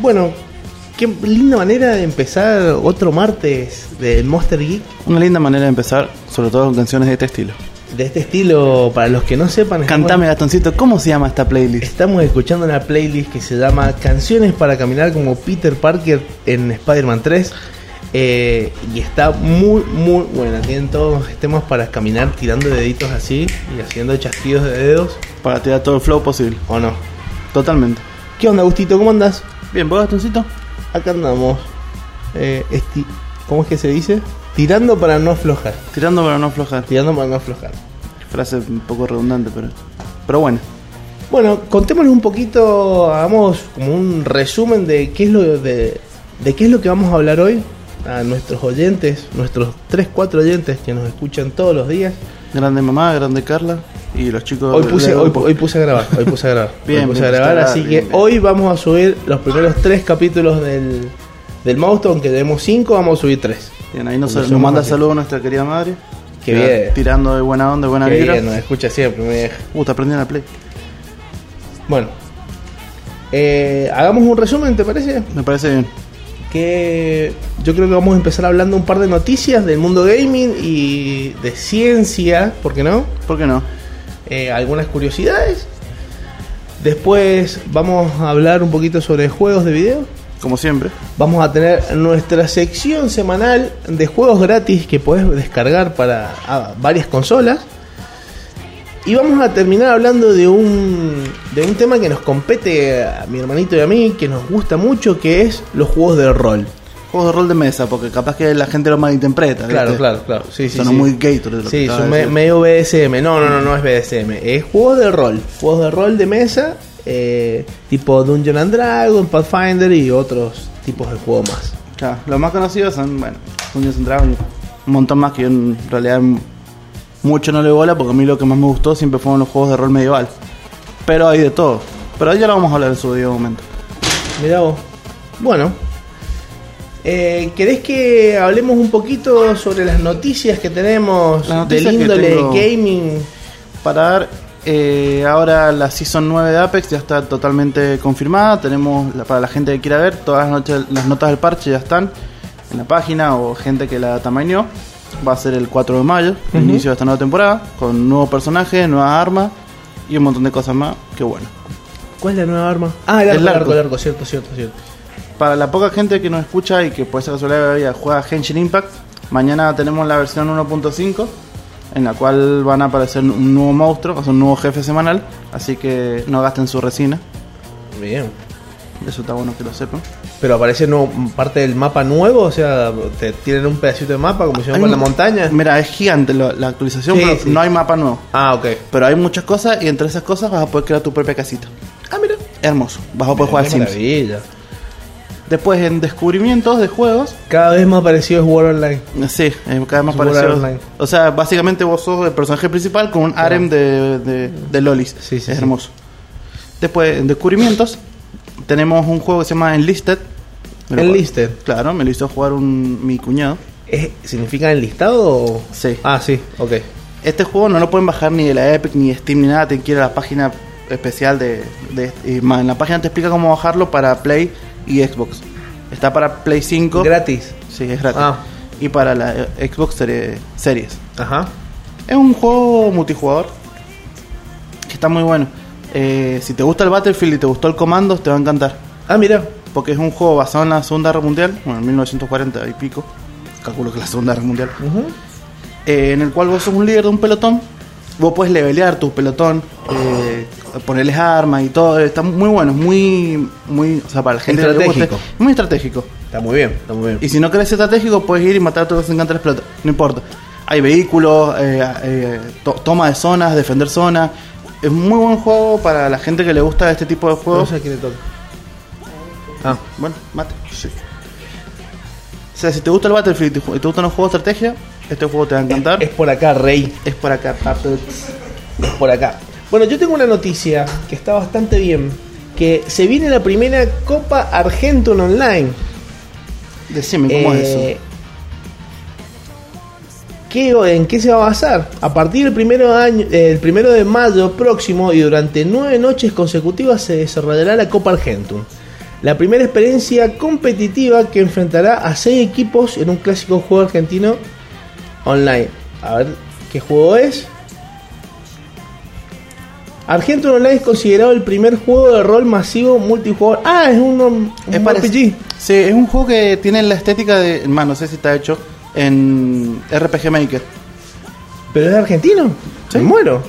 Bueno, qué linda manera de empezar otro martes del Monster Geek. Una linda manera de empezar, sobre todo con canciones de este estilo. De este estilo, para los que no sepan, estamos- Cantame, Gastoncito, ¿cómo se llama esta playlist? Estamos escuchando una playlist que se llama Canciones para caminar como Peter Parker en Spider-Man 3. eh, y está muy, muy buena. Tienen todos los temas para caminar tirando deditos así y haciendo chasquidos de dedos. Para tirar todo el flow posible. ¿O no? Totalmente. ¿Qué onda, Agustito? ¿Cómo andas? Bien, ¿vos, Gastoncito? Acá andamos. Eh, esti- ¿Cómo es que se dice? Tirando para no aflojar. Tirando para no aflojar. Tirando para no aflojar. Frase un poco redundante, pero. Pero bueno. Bueno, contémosle un poquito, hagamos como un resumen de qué es lo de, de qué es lo que vamos a hablar hoy a nuestros oyentes, nuestros 3, 4 oyentes que nos escuchan todos los días. Grande mamá, grande Carla. Y los chicos. Hoy del puse, hoy, grupo. hoy puse a grabar, hoy puse a grabar, Bien, hoy puse a bien, grabar, está así bien, que bien. hoy vamos a subir los primeros tres capítulos del del Mouse, aunque tenemos 5, vamos a subir 3. Bien, ahí nos, Nos nos sumamos manda así. saludos nuestra querida madre. Qué Tira- bien. Tirando de buena onda, de buena Que vibra. bien, nos escucha siempre, me deja. Uh, te aprendí en la play. Bueno, eh, hagamos un resumen, ¿te parece? Me parece bien. que yo creo que vamos a empezar hablando un par de noticias del mundo gaming y de ciencia, ¿por qué no? ¿Por qué no? Eh, algunas curiosidades. Después vamos a hablar un poquito sobre juegos de video. Como siempre. Vamos a tener nuestra sección semanal de juegos gratis que podés descargar para ah, varias consolas. Y vamos a terminar hablando de un, de un tema que nos compete a mi hermanito y a mí, que nos gusta mucho, que es los juegos de rol. Juegos de rol de mesa, porque capaz que la gente lo malinterpreta. Claro, ¿viste? claro, claro. Sí, sí, Suena sí. muy Gatorade lo que Sí, acabas son de me- decir. medio BDSM. No, no, no, no es BDSM. Es juegos de rol. Juegos de rol de mesa, eh, tipo Dungeon and Dragon, Pathfinder y otros tipos de juego más. Claro, los más conocidos son, bueno, Dungeons and Dragons, un montón más que yo en realidad m- mucho no le bola porque a mí lo que más me gustó siempre fueron los juegos de rol medieval. Pero hay de todo. Pero ahí ya lo vamos a hablar en su debido momento. Mirá vos. Bueno. Eh, ¿Querés que hablemos un poquito sobre las noticias que tenemos Las noticias del que índole tengo. gaming? Para dar, eh, ahora la Season 9 de Apex ya está totalmente confirmada. Tenemos, la- para la gente que quiera ver, todas las, noches- las notas del parche ya están en la página o gente que la tamañó. Va a ser el 4 de mayo, el Ujú. inicio de esta nueva temporada, con nuevos personajes, nuevas armas y un montón de cosas más. Qué bueno. ¿Cuál es la nueva arma? Ah, el arco, El el arco. arco, el arco, cierto, cierto, cierto. Para la poca gente que nos escucha y que por esa casualidad de la vida juega Genshin Impact, mañana tenemos la versión 1.5 en la cual van a aparecer un nuevo monstruo, o sea, un nuevo jefe semanal, así que no gasten su resina, Bien. eso está bueno que lo sepan. Pero aparece no, parte del mapa nuevo, o sea, te tienen un pedacito de mapa como hicieron Hay con la un- montaña. Mira, es gigante lo- la actualización, Sí, pero sí. no hay mapa nuevo. Ah, ok. Pero hay muchas cosas y entre esas cosas vas a poder crear tu propia casita. Ah, mira. Hermoso, vas a poder Ah, jugar al Qué Sims. maravilla. Después en descubrimientos de juegos, Cada vez más parecido es World Online. Sí, es cada vez más Es un buen parecido. outline. O sea, básicamente vos sos el personaje principal con un harem de, de, de lolis. Sí, sí, es sí. hermoso. Después, en descubrimientos, tenemos un juego que se llama Enlisted. Me lo juego. Enlisted. Claro, me lo hizo jugar un, mi cuñado. ¿Es- ¿Significa enlistado o...? Sí. Ah, sí, ok. Este juego no lo pueden bajar ni de la Epic, ni de Steam, ni nada. Te quiere la página especial de... de y más, en la página te explica cómo bajarlo para Play y Xbox. Está para Play 5. Gratis. sí, es gratis. Ah. Y para la eh, Xbox serie- Series. Ajá. Es un juego multijugador que está muy bueno. Eh, si te gusta el Battlefield y te gustó el Commandos, te va a encantar. Ah, mira. Porque es un juego basado en la Segunda Guerra Mundial, bueno, en 1940 y pico. Calculo que la Segunda Guerra Mundial. Ujú. Eh, en el cual vos sos un líder de un pelotón. Vos puedes levelear tu pelotón, eh, ponerles armas y todo. Está muy bueno, es muy, muy. O sea, para la gente que le guste, Estratégico. muy estratégico. Está muy bien, está muy bien. Y si no querés ser estratégico, puedes ir y matar a todos los encantos de las pelotas. No importa. Hay vehículos, eh, eh, to- toma de zonas, defender zonas. Es un muy buen juego para la gente que le gusta este tipo de No juegos. sé a quién le toca. Ah, Bueno, mate. O sea, si te gusta el Battlefield y te, y te gustan los juegos de estrategia, este juego te va a encantar. es por acá, Rey. Es por acá, papu. es por acá. Bueno, yo tengo una noticia que está bastante bien. Que se viene la primera Copa Argentum Online. Decime, ¿cómo es Eh, eso? ¿qué o- ¿En qué se va a basar? A partir del primero, de año, eh, el primero de mayo próximo y durante nueve noches consecutivas se desarrollará la Copa Argentum. La primera experiencia competitiva que enfrentará a seis equipos en un clásico juego argentino online. A ver qué juego es. Argento Online es considerado el primer juego de rol masivo multijugador. Ah, es un, un Es parec- RPG. Sí, es un juego que tiene la estética de. Más, no sé si está hecho en RPG Maker. Pero es argentino. Sí. Me muero.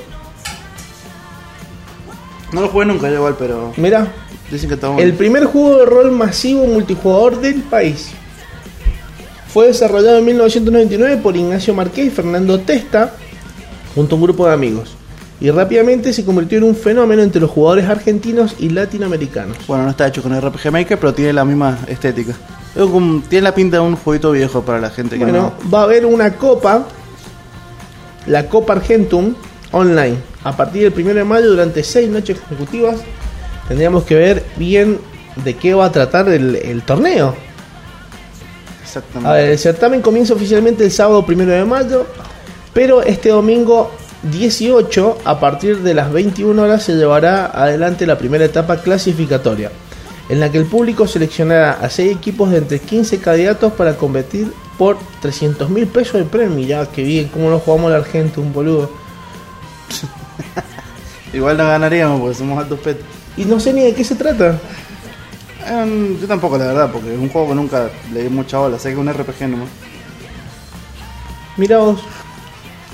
No lo jugué nunca, yo igual, pero. Mira, Dicen que está bueno. el primer juego de rol masivo multijugador del país. Fue desarrollado en 1999 por Ignacio Marqués y Fernando Testa junto a un grupo de amigos. Y rápidamente se convirtió en un fenómeno entre los jugadores argentinos y latinoamericanos. Bueno, no está hecho con RPG Maker, pero tiene la misma estética. Es como- tiene la pinta de un jueguito viejo para la gente que Bueno, no. va a haber una copa, la Copa Argentum, online. A partir del 1 de mayo, durante seis noches consecutivas, tendríamos que ver bien de qué va a tratar el, el torneo. Exactamente. A ver, el certamen comienza oficialmente el sábado 1 de mayo, pero este domingo 18, a partir de las 21 horas, se llevará adelante la primera etapa clasificatoria, en la que el público seleccionará a 6 equipos de entre 15 candidatos para competir por 300 mil pesos de premio. Ya, que bien, cómo no jugamos al Argentum, boludo. Igual no ganaríamos porque somos altos pet. Y no sé ni de qué se trata. Eh, yo tampoco, la verdad, porque es un juego que nunca le di mucha bola. Sé que es un RPG nomás. Mirá vos.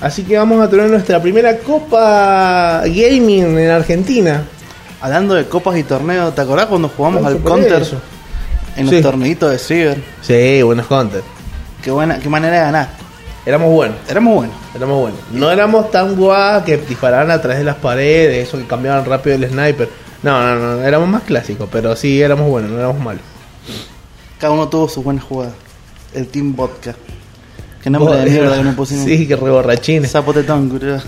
Así que vamos a tener nuestra primera Copa Gaming en Argentina. Hablando de copas y torneos, ¿te acordás cuando jugamos Vamos al por Counter? eso. En Sí. los torneitos de Ciber. Sí, buenos contest. Qué, buena, qué manera de ganar. Éramos buenos, Era muy bueno. éramos buenos. No éramos tan guas que disparaban a través de las paredes, eso que cambiaban rápido el sniper. No, no, no, éramos más clásicos, pero sí éramos buenos, no éramos malos. Cada uno tuvo sus buenas jugadas. El Team Vodka. Qué nombre de Vos- mierda que nos pusimos. Sí, que reborrachines. Zapotetón, curioso.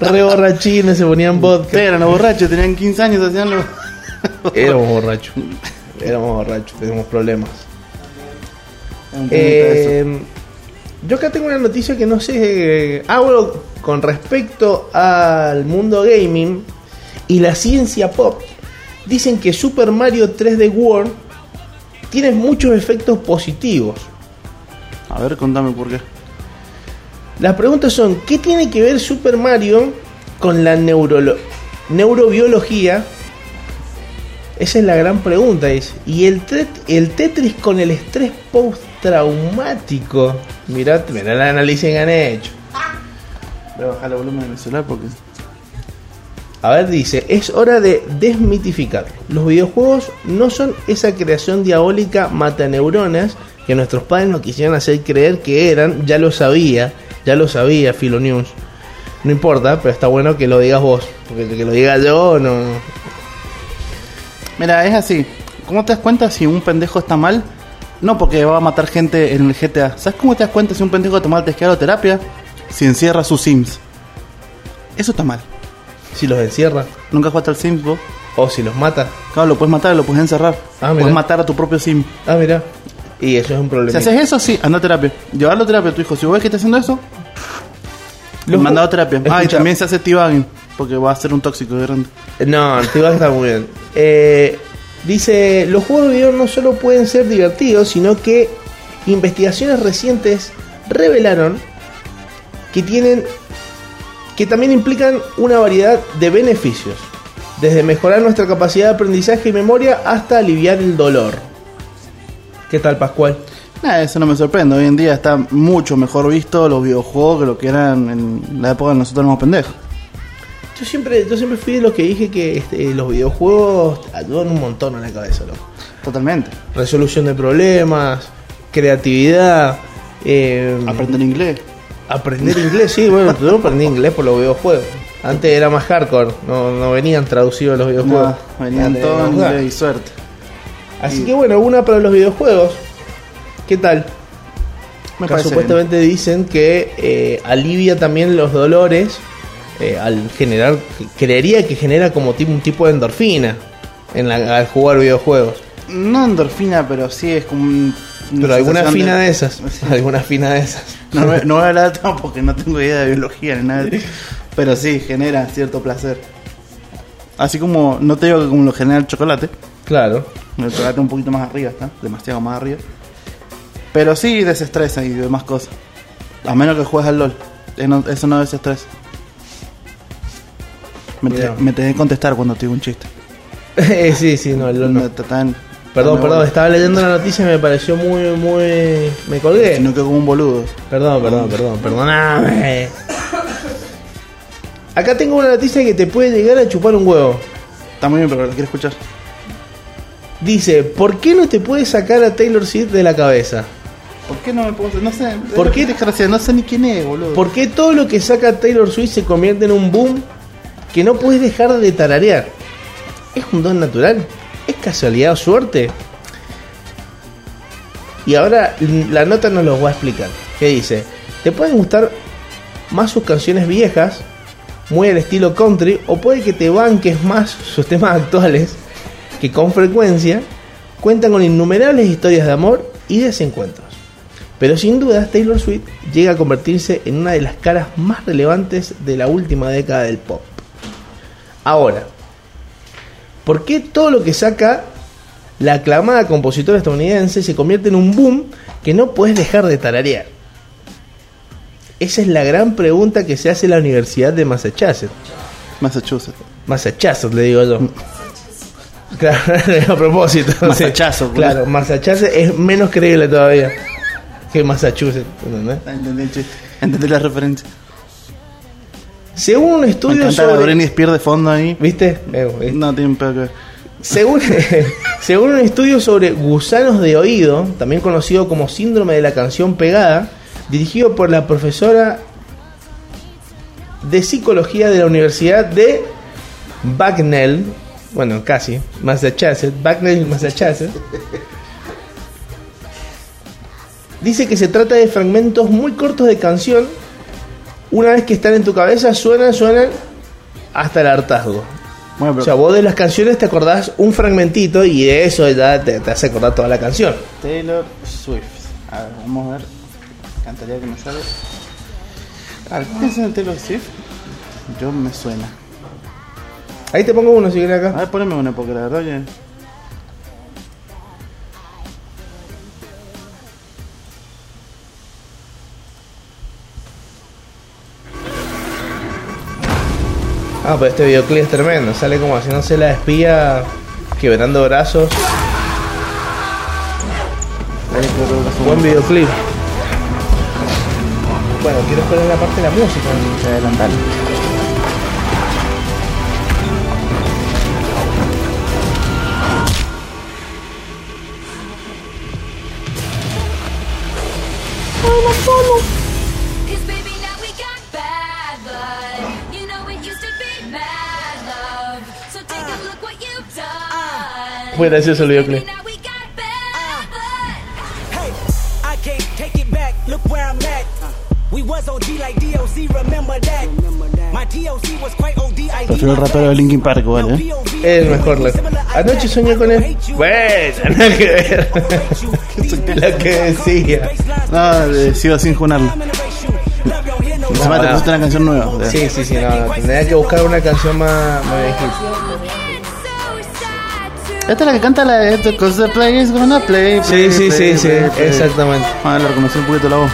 Reborrachines, se ponían vodka. Eran los borrachos, tenían 15 años, hacían los... Éramos borrachos. Éramos borrachos, teníamos problemas. Era un temita de eso. Eh, yo acá tengo una noticia que no sé. Ah, bueno, con respecto al mundo gaming y la ciencia pop, dicen que Super Mario 3D World tiene muchos efectos positivos. A ver, contame por qué. Las preguntas son: ¿qué tiene que ver Super Mario con la neurolo- neurobiología? Esa es la gran pregunta. Es, ¿Y el, tre- el Tetris con el estrés postraumático? Mirá, mirá el análisis que han hecho. Voy a bajar el volumen de mi celular porque... A ver, dice, es hora de desmitificar. Los videojuegos no son esa creación diabólica mataneuronas que nuestros padres nos quisieron hacer creer que eran. Ya lo sabía, ya lo sabía Filo News. No importa, pero está bueno que lo digas vos, porque que lo diga yo no. Mira, es así. ¿Cómo te das cuenta si un pendejo está mal? No porque va a matar gente en el GTA. ¿Sabes cómo te das cuenta si un pendejo está mal te o terapia? Si encierra sus Sims. Eso está mal. Si los encierra Nunca jugaste al Sims vos. o si los mata. Claro, lo puedes matar, lo puedes encerrar. Ah, mirá. puedes matar a tu propio Sim. Ah, mira. Y eso es un Si problema. haces eso, sí, anda a terapia. Llevarlo a terapia a tu hijo. Si vos ves que está haciendo eso, lo mandado a terapia. Ah, y Escucha. también se hace T-Bagging, porque va a ser un tóxico de grande. No, te va a estar muy bien. Eh, dice, los juegos de video no solo pueden ser divertidos, sino que investigaciones recientes revelaron que tienen que también implican una variedad de beneficios, desde mejorar nuestra capacidad de aprendizaje y memoria hasta aliviar el dolor. ¿Qué tal, Pascual? Nah, eso no me sorprende. Hoy en día está mucho mejor visto los videojuegos que lo que eran en la época de nosotros éramos pendejos. Yo siempre, yo siempre fui de los que dije que este, los videojuegos ayudan un montón en la cabeza, loco. Totalmente. resolución de problemas, creatividad, eh, Aprender inglés. aprender inglés. Sí, bueno, yo aprendí inglés por los videojuegos. Antes era más hardcore, no, no venían traducidos los videojuegos. Nah, Ah, venían Dale, todos en vamos a inglés y suerte. jugar. Así que bueno, una para los videojuegos. ¿Qué tal? Me Acá parece bien. supuestamente dicen que eh, alivia también los dolores eh, al generar, creería que genera como tipo, un tipo de endorfina en la- al jugar videojuegos. No endorfina, pero sí es como un. una Pero alguna sensación fina de esas, alguna fina de esas. No, me- no voy a hablar de todo porque no tengo idea de biología ni nada. de- Pero sí, genera cierto placer. Así como, no te digo que como lo genera el chocolate, Claro. el chocolate un poquito más arriba está, demasiado más arriba. Pero sí desestresa y demás cosas. A menos que juegues al LOL. Eh, no- Eso no desestresa. Me, te, Mirá. me tenés que contestar cuando te digo un chiste. Eh, sí, sí, no, el LOL no. Me te- tan- Perdón, tan- perdón, estaba leyendo la noticia y me pareció muy, muy. Me colgué. Sino que como un boludo. Perdón, perdón, perdón, perdóname. Acá tengo una noticia que te puede llegar a chupar un huevo. Está muy bien, pero lo quiero escuchar. Dice, ¿por qué no te puedes sacar a Taylor Swift de la cabeza? ¿Por qué no me puedo.? No sé. ¿Por es qué? desgracia? No sé ni quién es, boludo. ¿Por qué todo lo que saca Taylor Swift se convierte en un boom que no puedes dejar de tararear? ¿Es un don natural? ¿Es casualidad o suerte? Y ahora mm, la nota nos lo va a explicar. ¿Qué dice? Te pueden gustar más sus canciones viejas, muy al estilo country, o puede que te banques más sus temas actuales, que con frecuencia cuentan con innumerables historias de amor y desencuentros. Pero sin dudas, Taylor Swift llega a convertirse en una de las caras más relevantes de la última década del pop. Ahora, ¿por qué todo lo que saca la aclamada compositora estadounidense se convierte en un boom que no puedes dejar de tararear? Esa es la gran pregunta que se hace en la Universidad de Massachusetts. Massachusetts. Massachusetts, le digo yo. Claro, a propósito. sí. Massachusetts, Claro, Massachusetts es menos creíble todavía que Massachusetts. ¿entendés? Entendí el chiste. Entendí la referencia. Según un Me estudio encanta la sobre... Britney Spears de fondo ahí. ¿Viste? Eh, eh. No tiene un pedo que ver. Según, según un estudio sobre gusanos de oído, también conocido como síndrome de la canción pegada, dirigido por la profesora de psicología de la Universidad de Bucknell, bueno, casi, Massachusetts, Bucknell, Massachusetts. Dice que se trata de fragmentos muy cortos de canción. Una vez que están en tu cabeza, suenan, suenan hasta el hartazgo. Bueno, pero. O sea, vos de las canciones te acordás un fragmentito y de eso ya te, te hace acordar toda la canción. Taylor Swift. A ver, vamos a ver. Cantaría que me sale. ¿Al piensa en Taylor Swift? Yo me suena. Ahí te pongo uno si querés A acá. ver, poneme una porque la verdad que. Ah, pero este videoclip es tremendo. Sale como haciéndose la espía, quebrando brazos. Ahí creo que lo subo. Buen videoclip. Bueno, quiero esperar la parte de la música. Se adelantaron. Cause baby, now we got bad blood. You know it used to be mad love. So take a look what you've done. Fue gracioso el Baby, videoclip. now we got bad blood. Hey, I can't take it back. Look where I'm at. We was OG like DOC, remember that. My DOC was quite OD. I Prefiero el rapero de Linkin Park, igual, eh. Es el mejor. loco. Anoche soñé con él. Bueno, nada que ver. Lo que decía. No, eh, sigo sin junarlo. Encima No, te no. pusiste una canción nueva. o sea. Ah. Sí, sí, sí, no. Tendría que buscar una canción más, más viejita. It's so sad to Esta es la que canta la de esto, Cause the play is gonna play. Sí, play, sí, play, sí, sí, play, play. exactamente. Ah, le reconocí un poquito la voz.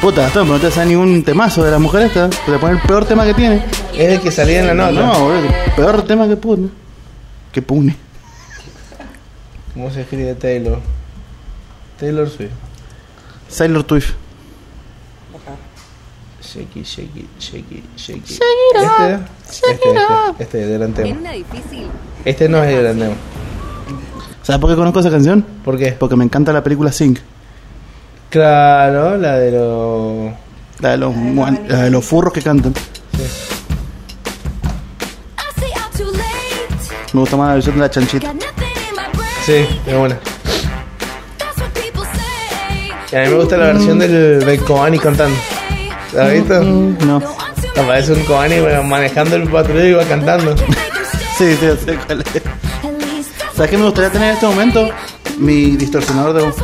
Puta, Gastón, pero no te hace ningún temazo de la mujer esta. Te pone el peor tema que tiene. Es el que salía en la No, nota. boludo, el peor tema que pone. Que pone. ¿Cómo se escribe Taylor? Taylor Swift. Sailor Twift. Shake it, shake it, shake it, shake it. ¿Este? Este, este, este, es el gran tema. difícil. Este no es el gran tema. ¿Sabes por qué conozco esa canción? ¿Por qué? Porque me encanta la película Sing. Claro, la de los... La de los, muan- la de los furros que cantan. I stay out too late. Me gusta más la versión de la chanchita. Got nothing in my brain. Sí, es buena. That's what people say. Y a mí me gusta la versión del, del Kobani cantando. ¿La has visto? Mm, No. No I'm too Aparece un Kobani manejando el patrullero y va cantando. Sí, sí, sé cuál es. ¿Sabes qué me gustaría tener en este momento? Mi distorsionador de voz.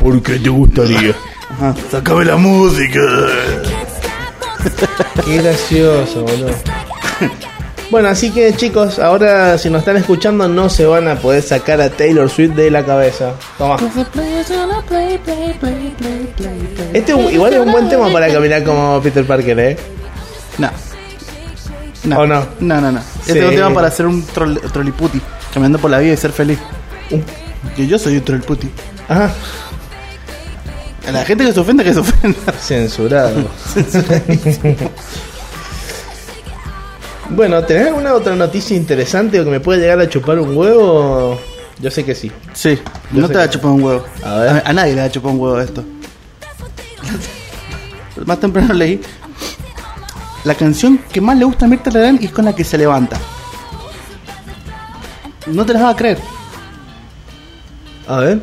¿Por qué te gustaría? Ajá. Sácame la música. Qué gracioso, boludo. Bueno, así que chicos, ahora si nos están escuchando no se van a poder sacar a Taylor Swift de la cabeza. Toma. Este igual es un buen tema para caminar como Peter Parker, ¿eh? No. No. ¿O no? No, no, no. Este Sí. es un tema para ser un troll, trolliputi, caminando por la vida y ser feliz. Que yo soy un trollputi. Ajá. A la gente que se ofenda, que se ofenda. Censurado. bueno, ¿tenés alguna otra noticia interesante o que me pueda llegar a chupar un huevo? Yo sé que sí. Sí, Yo no sé te va a que- chupar un huevo. A ver. a nadie le va a chupar un huevo esto. Pero más temprano leí la canción que más le gusta a Mirta Legrand y es con la que se levanta. No te las vas a creer. A ver.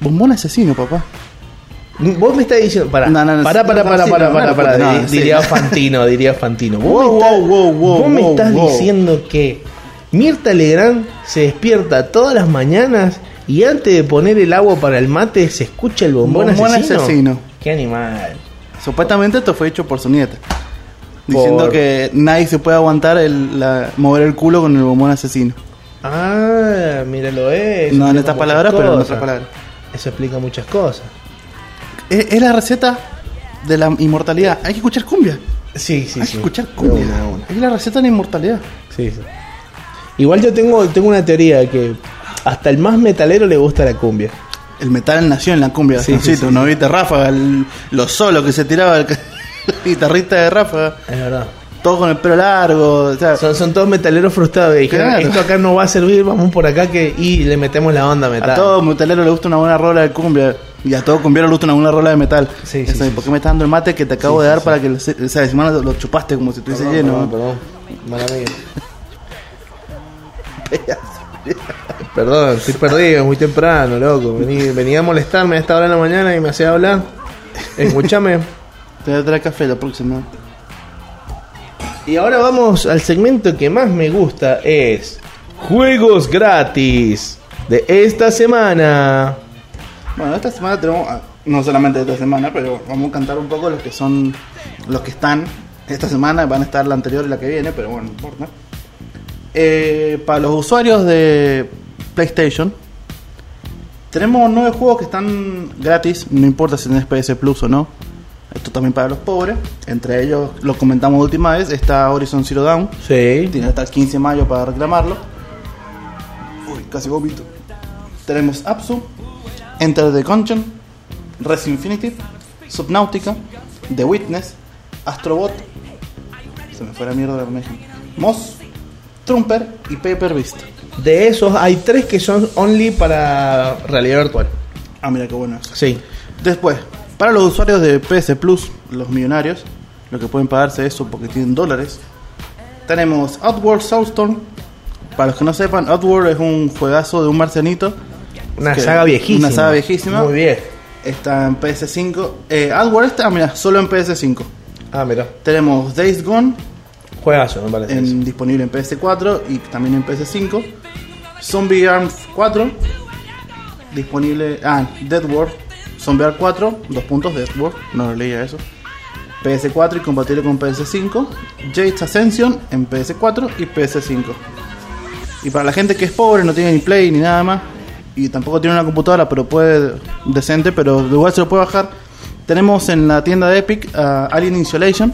Bombón asesino, papá. Vos me estás diciendo. Pará, No, no, no, pará, sí, pará, no, pará, sí, pará, no, pará, no, pará, no, di- sí. diría Fantino, diría Fantino. Vos Wow, me estás, wow, wow, wow, vos me wow, estás wow. diciendo que Mirta Legrand se despierta todas las mañanas y antes de poner el agua para el mate se escucha el bombón, Bombón asesino. asesino. Qué animal. Supuestamente esto fue hecho por su nieta. Diciendo Por- que nadie se puede aguantar el, la- mover el culo con el bombón asesino. Ah, míralo es. no en estas palabras, pero en otras palabras. Eso explica muchas cosas. E, Es, es la receta de la inmortalidad. Hay que escuchar cumbia. Sí, sí, Hay sí. que escuchar De cumbia. una, de una. Es la receta de la inmortalidad. Sí, sí. Igual yo tengo, tengo una teoría que hasta el más metalero le gusta la cumbia. El metal nació en la cumbia, Sí, Rafancito. sí, sí. ¿No viste Ráfaga? El- los solos que se tiraba el, el guitarrista de Ráfaga. Es verdad. Todos con el pelo largo. O sea, Son, son todos metaleros frustrados. Y dijeron, Claro. esto acá no va a servir, vamos por acá que y le metemos la onda metal. a todo metalero le gusta una buena rola de cumbia. Y a todo cumbiero le gusta una buena rola de metal. Sí, Eso, sí, ¿y sí, ¿Por qué me estás dando el mate que te acabo de dar para que... Lo, se- o sea, encima lo, lo chupaste como si estuviese Perdón, perdón, lleno. perdón. Mala mía. Perdón, estoy perdido, es muy temprano, loco. Vení, venía a molestarme a esta hora de la mañana y me hacía hablar. Escúchame. Te voy a traer café la próxima. Y ahora vamos al segmento que más me gusta, es Juegos gratis de esta semana. Bueno, esta semana tenemos, ah, no solamente esta semana, pero vamos a cantar un poco los que son, los que están esta semana, van a estar la anterior y la que viene, pero bueno, no importa. Eh, para los usuarios de PlayStation, tenemos nueve juegos que están gratis, no importa si tenés PS Plus o no. Esto también para los pobres, entre ellos, lo comentamos la última vez, está Horizon Zero Dawn, Sí. tiene hasta el 15 de mayo para reclamarlo. Uy, casi vomito. Tenemos Apsu, Enter the Gungeon, Res Infinity, Subnautica, The Witness, Astrobot, se me fue la mierda la coneja, Moss, Trumper y Paper Beast. De esos hay tres que son only para realidad virtual. Ah, mira qué bueno eso. Sí. Después, para los usuarios de PS Plus, los millonarios, lo que pueden pagarse eso porque tienen dólares. Tenemos Outworld Soulstorm. Para los que no sepan, Outworld es un juegazo de un marcianito. Una Que- saga viejísima. una saga viejísima. Muy bien. Está en PS5. Eh, Outworld está, mira, solo en PS5. Ah, mira. Tenemos Days Gone, Juegazo, me parece. en- disponible en PS4 y también en PS5. Zombie Arms 4, disponible. Ah, Dead World. Zombie Arms 4, dos puntos, Dead World. No lo leía eso. PS4 y compatible con PS5. Jade's Ascension en PS4 y PS5. Y para la gente que es pobre, no tiene ni Play ni nada más, y tampoco tiene una computadora, pero puede, decente, pero de igual se lo puede bajar. Tenemos en la tienda de Epic ah, Alien Insolation,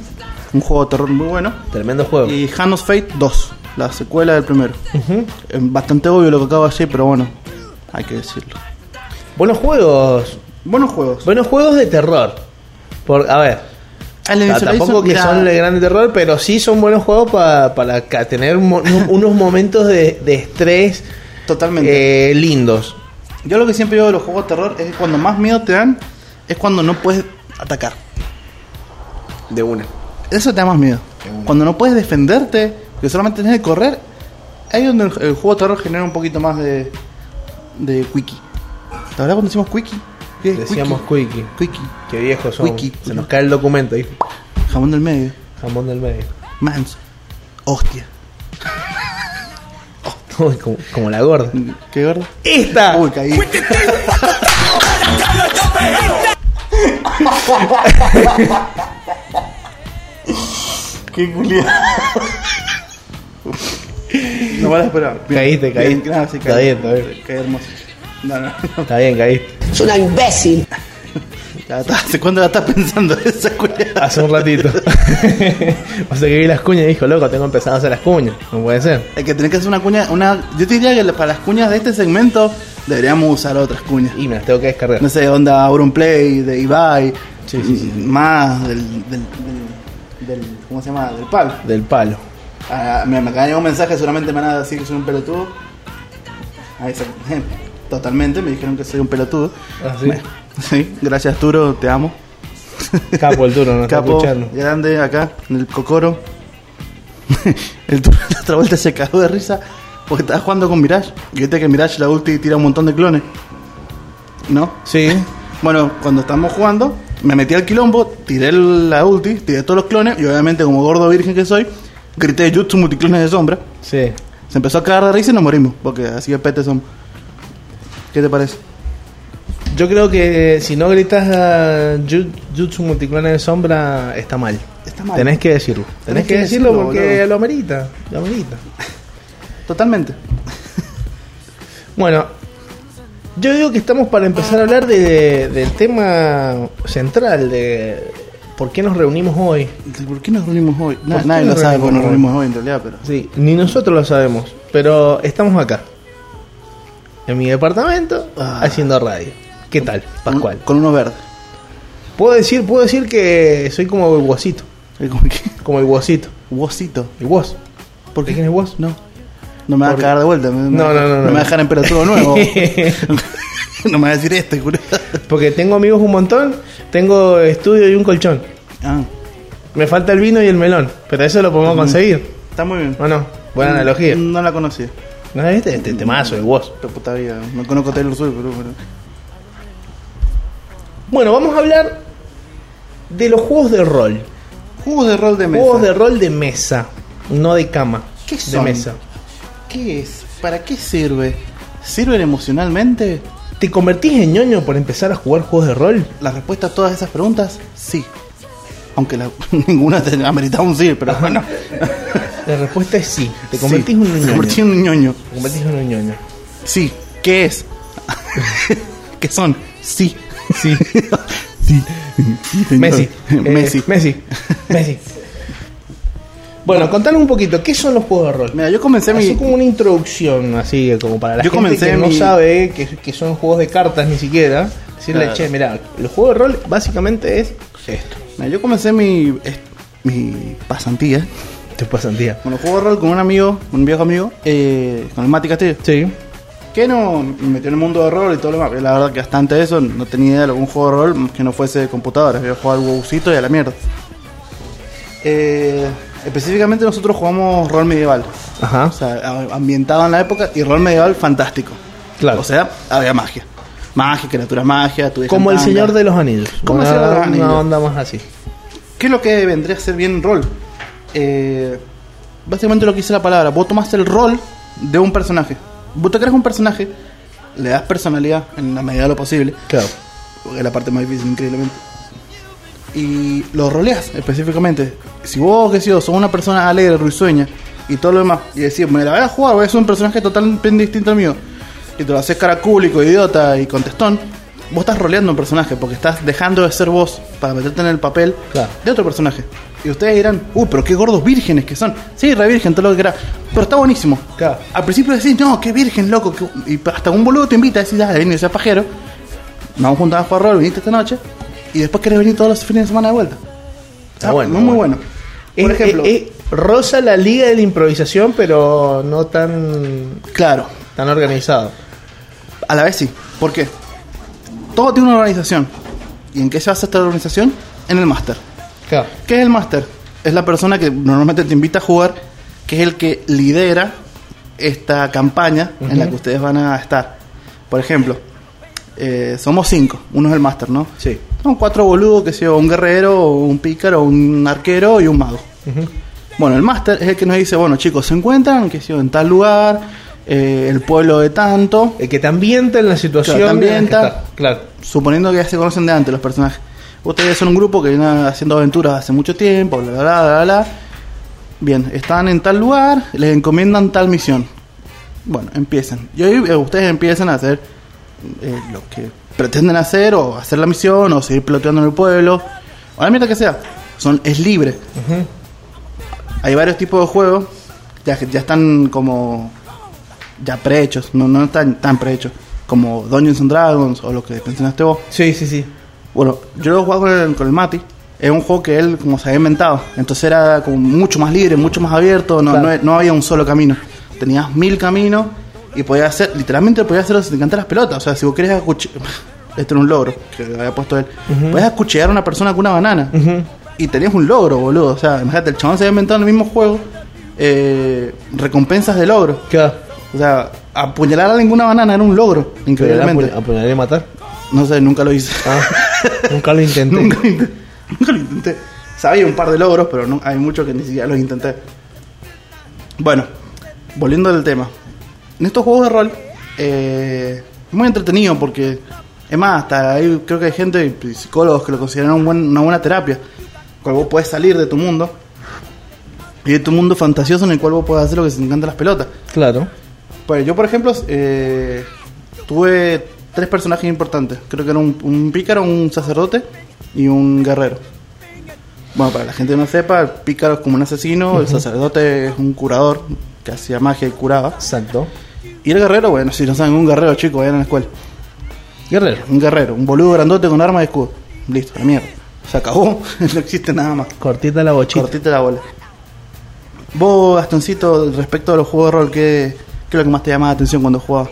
un juego de terror muy bueno. Tremendo juego. Y Hanos Fate 2, la secuela del primero. Ujú. Eh, Bastante obvio lo que acabo de decir, pero bueno, hay que decirlo. Buenos juegos. Buenos juegos. Buenos juegos de terror. Por, a ver. Alien ta- Isolation, tampoco que mira, son de gran terror, pero sí son buenos juegos pa- para ca- tener un mo- un- unos momentos de, de estrés Totalmente. eh, lindos. Yo lo que siempre digo de los juegos de terror es que cuando más miedo te dan es cuando no puedes atacar. De una. Eso te da más miedo. Cuando no puedes defenderte, que solamente tenés que correr, ahí es donde el, el juego de terror genera un poquito más de, de quickie. ¿Te acuerdas cuando decimos quickie? ¿Qué es Decíamos quickie? Quickie. Quickie. Qué viejos son. Wiki. Se nos cae el documento ahí. Jamón del medio. Jamón del medio. Manso. Hostia. Uy, como, como la gorda. Qué gordo. ¡Esta! Uy, caí. Qué culiado. Igual esperar. Caíste, caíste. Bien, claro, sí, Está caí. bien, está bien. Caí hermoso. No, no, no. Está bien, caíste. Es una imbécil. Ya está. ¿Hace cuándo la estás pensando esa culiada? Hace un ratito. o sea que vi las cuñas y dijo, loco, tengo empezado a hacer las cuñas. No puede ser. Es que tenés que hacer una cuña. Una... Yo te diría que la- para las cuñas de este segmento deberíamos usar otras cuñas. Y me las tengo que descargar. No sé, onda Auronplay, de Ibai. Sí, sí, sí. Más del, del, del, del- ¿Cómo se llama? Del palo. Del palo. Ah, mira, me acaba de llegar un mensaje, seguramente me van a decir que soy un pelotudo. Ahí se- Totalmente, me dijeron que soy un pelotudo. Ah, ¿sí? Bueno, sí, gracias Turo, te amo. Capo el turno, no está Capo, escuchando. grande acá, en el cocoro. el Turo la otra vuelta se cagó de risa porque estaba jugando con Mirage. Y viste que Mirage la ulti tira un montón de clones. ¿No? Sí. Bueno, cuando estábamos jugando, me metí al quilombo, tiré el- la ulti, tiré todos los clones y obviamente como gordo virgen que soy, grité Jutsu multiclones de sombra. Sí. Se empezó a cagar de risa y nos morimos, porque así de pete somos. ¿Qué te parece? Yo creo que si no gritas a Ju- Jutsu Multiclones de Sombra, está mal. Está mal. Tenés que decirlo. Tenés, que, decirlo, porque boludo. lo amerita. Lo amerita. Totalmente. Bueno, yo digo que estamos para empezar a hablar de- del tema central de por qué nos reunimos hoy. ¿Por qué nos reunimos hoy? Na- ¿Por qué Pues nadie lo nos sabe por qué nos reunimos reunimos hoy en realidad, pero... Sí, ni nosotros lo sabemos, pero estamos acá. En mi departamento, Ah. haciendo radio. ¿Qué tal, Pascual? Con, con uno verde. Puedo decir, puedo decir que soy como el guasito. Es como que... Como el guasito. Vosito. El guas. ¿Por qué? ¿Quién es guas? No. No me va a Por- cagar de vuelta. me- me- No, no, no, No no. me va a dejar en pelotudo nuevo. no me va a decir este, culo. Porque tengo amigos un montón, tengo estudio y un colchón. Ah, Me falta el vino y el melón, pero eso lo podemos conseguir. está muy bien. ¿O no? Buena Mm, analogía. No la conocí. ¿No viste? Este temazo, el guas. Pero puta vida. No conozco Taylor Swift, pero... pero- Bueno, vamos a hablar de los juegos de rol. Juegos de rol de mesa. Juegos de rol de mesa, no de cama. ¿Qué de son? mesa. ¿Qué es? ¿Para qué sirve? ¿Sirven emocionalmente? ¿Te convertís en ñoño por empezar a jugar juegos de rol? La respuesta a todas esas preguntas, sí. Aunque la- ninguna te ameritaba un sí, pero bueno. La respuesta es sí. Te Sí, convertís en un Te ñoño. convertí en un ñoño. Te convertís en un ñoño. Sí. ¿Qué es? ¿Qué son? Sí. Sí. Sí. Sí, señor. Messi. Eh, Messi. Messi. Messi. Bueno, contanos un poquito, ¿qué son los juegos de rol? Mira, yo comencé Así mi. como una introducción, así como para la Yo gente comencé que no mi- sabe que, que son juegos de cartas ni siquiera. Decirle, Claro. che, mirá, el juego de rol básicamente es esto. mira, yo comencé mi. est- mi pasantía. Te pasan día. Con los juegos de rol con un amigo, un viejo amigo, eh, con el Mati Castillo. Sí. Que no me metió en el mundo de rol y todo lo demás. La verdad que hasta antes de eso no tenía idea de algún juego de rol que no fuese de computadora. Yo jugaba al WoWcito y a la mierda. Eh, específicamente nosotros jugamos rol medieval. Ajá. O sea, a- ambientado en la época y rol medieval fantástico. Claro. O sea, había magia. Magia, criaturas magia, tu como el Señor de los Anillos. Como el Una- Señor de los Anillos. Una onda más así. ¿Qué es lo que vendría a ser bien rol? Eh, básicamente lo que dice la palabra, vos tomaste el rol de un personaje. Vos te creas un personaje, le das personalidad en la medida de lo posible, Claro. porque es la parte más difícil, increíblemente. Y lo roleas específicamente. Si vos, qué sé yo, sos una persona alegre, risueña y todo lo demás, y decís, me la voy a jugar, voy a ser un personaje totalmente distinto al mío, y te lo haces caracúlico, idiota y contestón, vos estás roleando un personaje porque estás dejando de ser vos para meterte en el papel Claro. de otro personaje. Y ustedes dirán, uy, pero qué gordos vírgenes que son. Sí, re virgen, todo lo que querás. Pero está buenísimo. Claro. Al principio decís, no, qué virgen, loco. qué- Y hasta un boludo te invita a decir, dale, vení, seas pajero. Nos vamos juntos a jugar rol, viniste esta noche. Y después querés venir todos los fines de semana de vuelta. Está bueno, Muy, muy bueno. bueno. Por Es- ejemplo, es- es rosa la liga de la improvisación, pero no tan, claro, tan organizado. a la vez sí. ¿Por qué? Todo tiene una organización. ¿Y en qué se basa esta organización? En el máster. Claro. ¿Qué es el máster? Es la persona que normalmente te invita a jugar, que es el que lidera esta campaña en la que ustedes van a estar. Por ejemplo, eh, somos cinco, uno es el máster, ¿no? Sí. Son cuatro boludos, que sea un guerrero, un pícaro, un arquero y un mago. Bueno, el máster es el que nos dice, bueno chicos, se encuentran, que sea en tal lugar, eh, el pueblo de tanto, El que te ambienta en la situación. Claro, te en la que ambienta. estás. Claro. suponiendo que ya se conocen de antes los personajes. Ustedes son un grupo que viene haciendo aventuras hace mucho tiempo, bla, bla, bla, bla, bla. Bien, están en tal lugar, les encomiendan tal misión. Bueno, empiezan. Y ahí eh, ustedes empiezan a hacer eh, lo que pretenden hacer, o hacer la misión, o seguir ploteando en el pueblo, o la mierda que sea. Son, es libre. Hay varios tipos de juegos, ya, que- ya están como. ya prehechos, no, no están tan prehechos. Como Dungeons and Dragons, o lo que mencionaste vos. Sí, sí, sí. Bueno, yo lo jugaba con el, con el Mati. Es un juego que él como se había inventado. Entonces era como mucho más libre, mucho más abierto. No, Claro. no, no había un solo camino. Tenías mil caminos y podías hacer, literalmente podías hacer lo que te encantan las pelotas. O sea, si vos querés acuchillar. Este era un logro que había puesto él. Podías acuchillar a una persona con una banana. Y tenías un logro, boludo. O sea, imagínate, el chabón se había inventado en el mismo juego eh, recompensas de logro. Claro. O sea, apuñalar a ninguna banana era un logro, Pero la increíblemente. apu- apuñalé a matar. No sé, nunca lo hice. Ah, nunca lo intenté. Nunca lo intenté. Nunca lo intenté. Sabía un par de logros, pero no, hay muchos que ni siquiera los intenté. Bueno, volviendo al tema. En estos juegos de rol, eh, muy entretenido porque, es más, hasta ahí creo que hay gente, psicólogos, que lo consideran un buen- una buena terapia. Cual vos podés salir de tu mundo y de tu mundo fantasioso en el cual vos podés hacer lo que se te encanta las pelotas. Claro. Pues yo, por ejemplo, eh, tuve tres personajes importantes. Creo que era un, un pícaro, un sacerdote y un guerrero. Bueno, para la gente que no sepa, el pícaro es como un asesino, el sacerdote es un curador que hacía magia y curaba. Exacto. Y el guerrero, bueno, si no saben, un guerrero, chicos, vayan a la escuela. Guerrero. Un guerrero, un boludo grandote con arma de escudo. Listo, la mierda. Se acabó, no existe nada más. Cortita la bochita. Cortita la bola. Vos, Gastoncito, respecto a los juegos de rol, ¿qué, qué es lo que más te llamaba la atención cuando jugabas?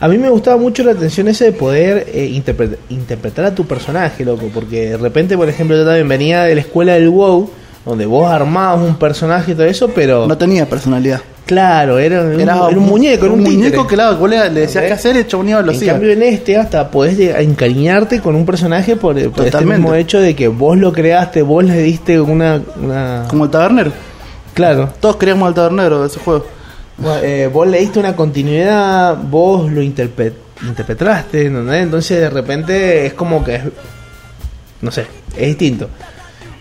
A mí me gustaba mucho la atención esa de poder eh, interpre- interpretar a tu personaje, loco, porque de repente, por ejemplo, yo también venía de la escuela del WoW, donde vos armabas un personaje y todo eso, pero No tenía personalidad. claro, era un, era un muñeco, era un, muñeco títere. que la- vos le, le decías Ok. qué hacer, el chaboneo lo en hacía. cambio en este hasta podés llegar a encariñarte con un personaje por, por este Totalmente. mismo hecho de que vos lo creaste, vos le diste una... una- Como el tabernero. Claro, Todos queríamos al tabernero de ese juego. Bueno, eh, vos le diste una continuidad, vos lo interpre- interpretaste, ¿no? Entonces de repente es como que es, no sé, es distinto.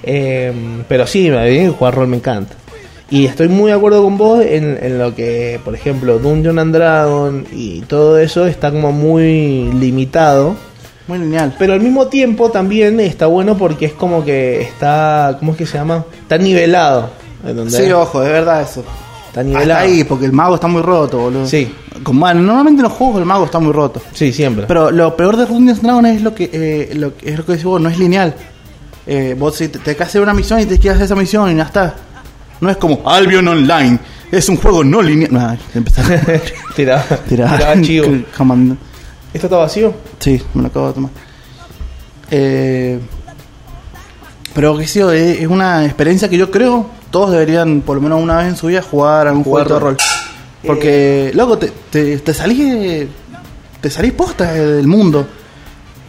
Eh, pero sí, a mí jugar rol me encanta. Y estoy muy de acuerdo con vos en, en lo que, por ejemplo, Dungeon and Dragon y todo eso está como muy limitado. Muy lineal. Pero al mismo tiempo también está bueno porque es como que está, ¿cómo es que se llama? Está nivelado. ¿entendés? Sí, ojo, de verdad eso. está Hasta nivelado. ahí, porque el mago está muy roto, boludo. Sí. Con, bueno, normalmente en los juegos el mago está muy roto. Sí, siempre. Pero lo peor de Dungeons and Dragons es lo que, eh, lo, que- es lo que decís vos, no es lineal. Eh, vos si te, te que hacer una misión y te quedas hacer esa misión y ya está. No es como Albion Online. Es un juego no lineal. Nah, empezar. Tiraba, Tiraba, tiraba chivo. Come on. ¿Esto está vacío? Sí, me lo acabo de tomar. Eh, pero que sí, es es una experiencia que yo creo todos deberían, por lo menos una vez en su vida, jugar a un Jugar juego de rol. rol. Eh. Porque, loco, te, te, te salís de- te salís posta del mundo.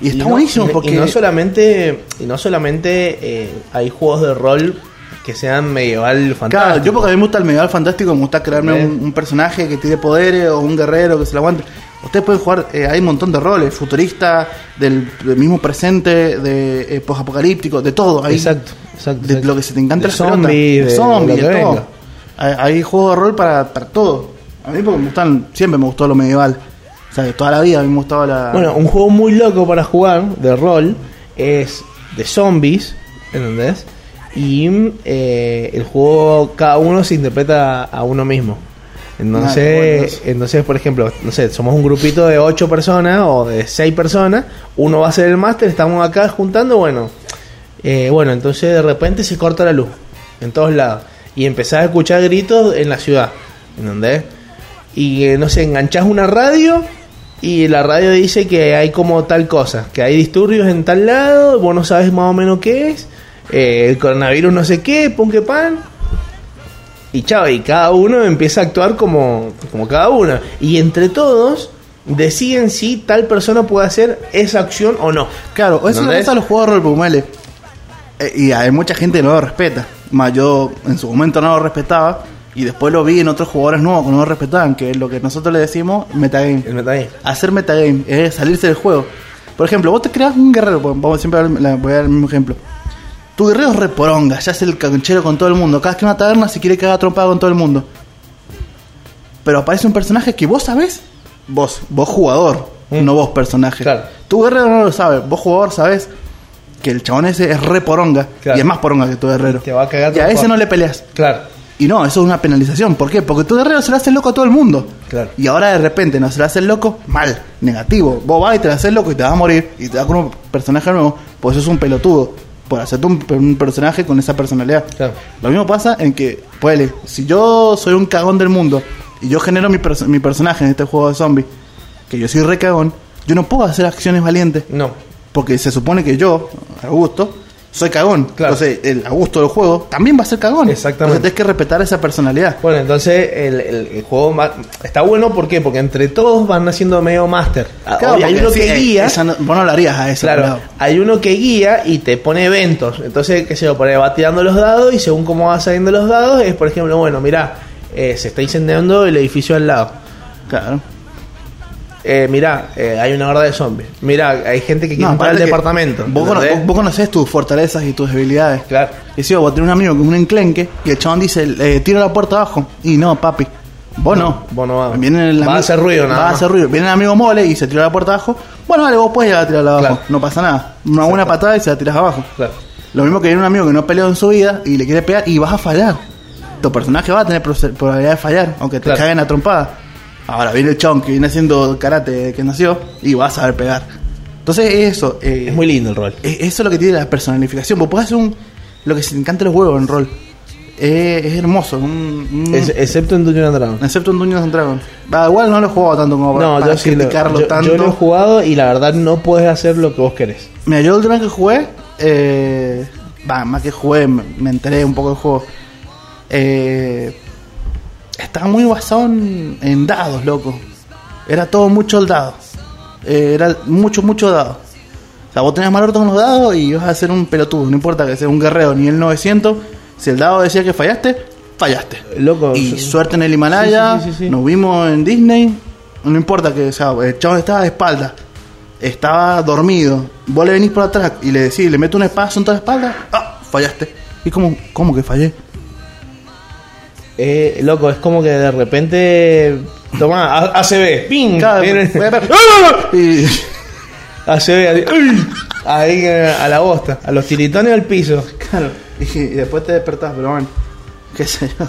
Y está no- buenísimo y- porque... Y no solamente, y no solamente eh, hay juegos de rol que sean medieval fantástico. Claro, yo porque a mí me gusta el medieval fantástico, me gusta crearme ¿Ves? un, un personaje que tiene poderes o un guerrero que se lo aguante. Ustedes pueden jugar, eh, hay un montón de roles, futurista, del, del mismo presente, de eh, posapocalíptico, de todo. Hay, Exacto, exacto, De exacto. lo que se te encanta De las pelotas. zombies, de de zombies, lo de que todo. venga. Hay, hay juegos de rol para, para todo. A mí porque me gustan, siempre me gustó lo medieval. O sea, de toda la vida a mí me gustaba la... Bueno, un juego muy loco para jugar de rol es de zombies, ¿entendés? Y eh, el juego, cada uno se interpreta a uno mismo. Ah, bueno, Entonces, eso. entonces, por ejemplo, no sé, somos un grupito de ocho personas o de seis personas, uno va a ser el máster, estamos acá juntando, bueno, eh, bueno, entonces de repente se corta la luz en todos lados y empezás a escuchar gritos en la ciudad, ¿entendés? Y eh, no sé, enganchás una radio y la radio dice que hay como tal cosa, que hay disturbios en tal lado, vos no sabes más o menos qué es, eh, el coronavirus no sé qué, pon que pan. Y chao, y cada uno empieza a actuar como, como cada uno. Y entre todos deciden si tal persona puede hacer esa acción o no. Claro, eso le ¿Entendés? pasa a los juegos de rol, porque, ponele, eh, y hay mucha gente que no lo respeta. Más yo en su momento no lo respetaba. Y después lo vi en otros jugadores nuevos que no lo respetaban, que es lo que nosotros le decimos metagame. El metagame. Hacer metagame es eh, salirse del juego. Por ejemplo, vos te creas un guerrero, pon- vamos siempre a dar- la- voy a dar el mismo ejemplo. Tu guerrero es reporonga, ya es el canchero con todo el mundo. Cada vez que va a una taberna se quiere cagar trompada con todo el mundo. pero aparece un personaje que vos sabés, vos, vos jugador, Mm. no vos personaje. Claro. Tu guerrero no lo sabe, vos jugador sabés que el chabón ese es re poronga Claro. y es más poronga que tu guerrero. Te va a cagar y a todo. ese no le peleas. Claro. Y no, eso es una penalización. ¿Por qué? Porque tu guerrero se le hace loco a todo el mundo. Claro. Y ahora de repente no se le hace loco, mal, negativo. Vos vas y te le haces loco y te vas a morir y te vas con un personaje nuevo, pues es un pelotudo. Por hacerte un, un personaje con esa personalidad. Claro. Lo mismo pasa en que, puede, si yo soy un cagón del mundo y yo genero mi, perso- mi personaje en este juego de zombies, que yo soy re cagón, yo no puedo hacer acciones valientes. No. Porque se supone que yo, Augusto, soy cagón. Claro. Entonces, el Augusto del juego también va a ser cagón. Exactamente. Entonces, tenés que respetar esa personalidad. Bueno, entonces el, el- el juego va- está bueno, ¿por qué? Porque entre todos van haciendo medio máster. Ah, Claro, y hay porque uno sí, que eh, guía. esa no- vos no la harías a esa. Claro, pelado. hay uno que guía y te pone eventos. Entonces, qué sé yo, por ahí va tirando los dados y según cómo va saliendo los dados, es por ejemplo, bueno, mirá, eh, se está incendiando el edificio al lado. Claro. Eh, mirá, eh, hay una horda de zombies. Mirá, hay gente que quiere No, entrar al aparte que departamento. Vos, cono- ¿entendés? vos- vos conocés tus fortalezas y tus debilidades. Claro. Y si vos tenés un amigo que es un enclenque y el chabón dice, eh, tiro la puerta abajo. Y no, papi. Vos no. vos no vas. Viene el Vas a ami- hacer ruido, nada Vas más. a hacer ruido. Viene el amigo mole y se tira la puerta abajo. Bueno, dale, vos puedes llegar a tirarla abajo. Claro. No pasa nada. Una buena patada y se la tirás abajo. Claro. Lo mismo que viene un amigo que no ha peleado en su vida y le quiere pegar y vas a fallar. Tu personaje va a tener proce- probabilidad de fallar, aunque te Claro. caguen a trompada. Ahora viene el chon que viene haciendo karate desde que nació y vas a saber pegar. Entonces eso. eh, Es muy lindo el rol. eh, Eso es lo que tiene la personalificación. Vos podés hacer un, lo que se te encanta los huevos en rol. Eh, es hermoso. Un, un- Es- excepto en Dungeon and Dragons. excepto un Dungeons and Dragons. Va, igual no lo he jugado tanto como para, No, para yo sí lo, criticarlo yo- tanto. yo lo he jugado y la verdad no puedes hacer lo que vos querés. Mira, yo el último que jugué, eh, va, más que jugué, me, me enteré un poco del juego. Eh, estaba muy basado en, en dados, loco. Era todo mucho el dado. Eh, era mucho, mucho dado. O sea, vos tenías mal orto con los dados y vas a ser un pelotudo. No importa que sea un guerrero ni el 900. Si el dado decía que fallaste, fallaste. Loco, Y sí. suerte en el Himalaya. Sí, sí, sí, sí, sí. Nos vimos en Disney. No importa que, o sea, el chavo estaba de espalda. Estaba dormido. Vos le venís por atrás y le decís, le meto un espadazo en toda la espalda. Ah, fallaste. Y como, ¿cómo que fallé? Eh, loco, es como que de repente. Toma, ACB, ping, Cada- viene- y, ACB, Ah, así, ¡uy! ahí eh, a la bosta, a los tiritones al piso. claro. Y, y después te despertás, pero bueno. Qué sé yo.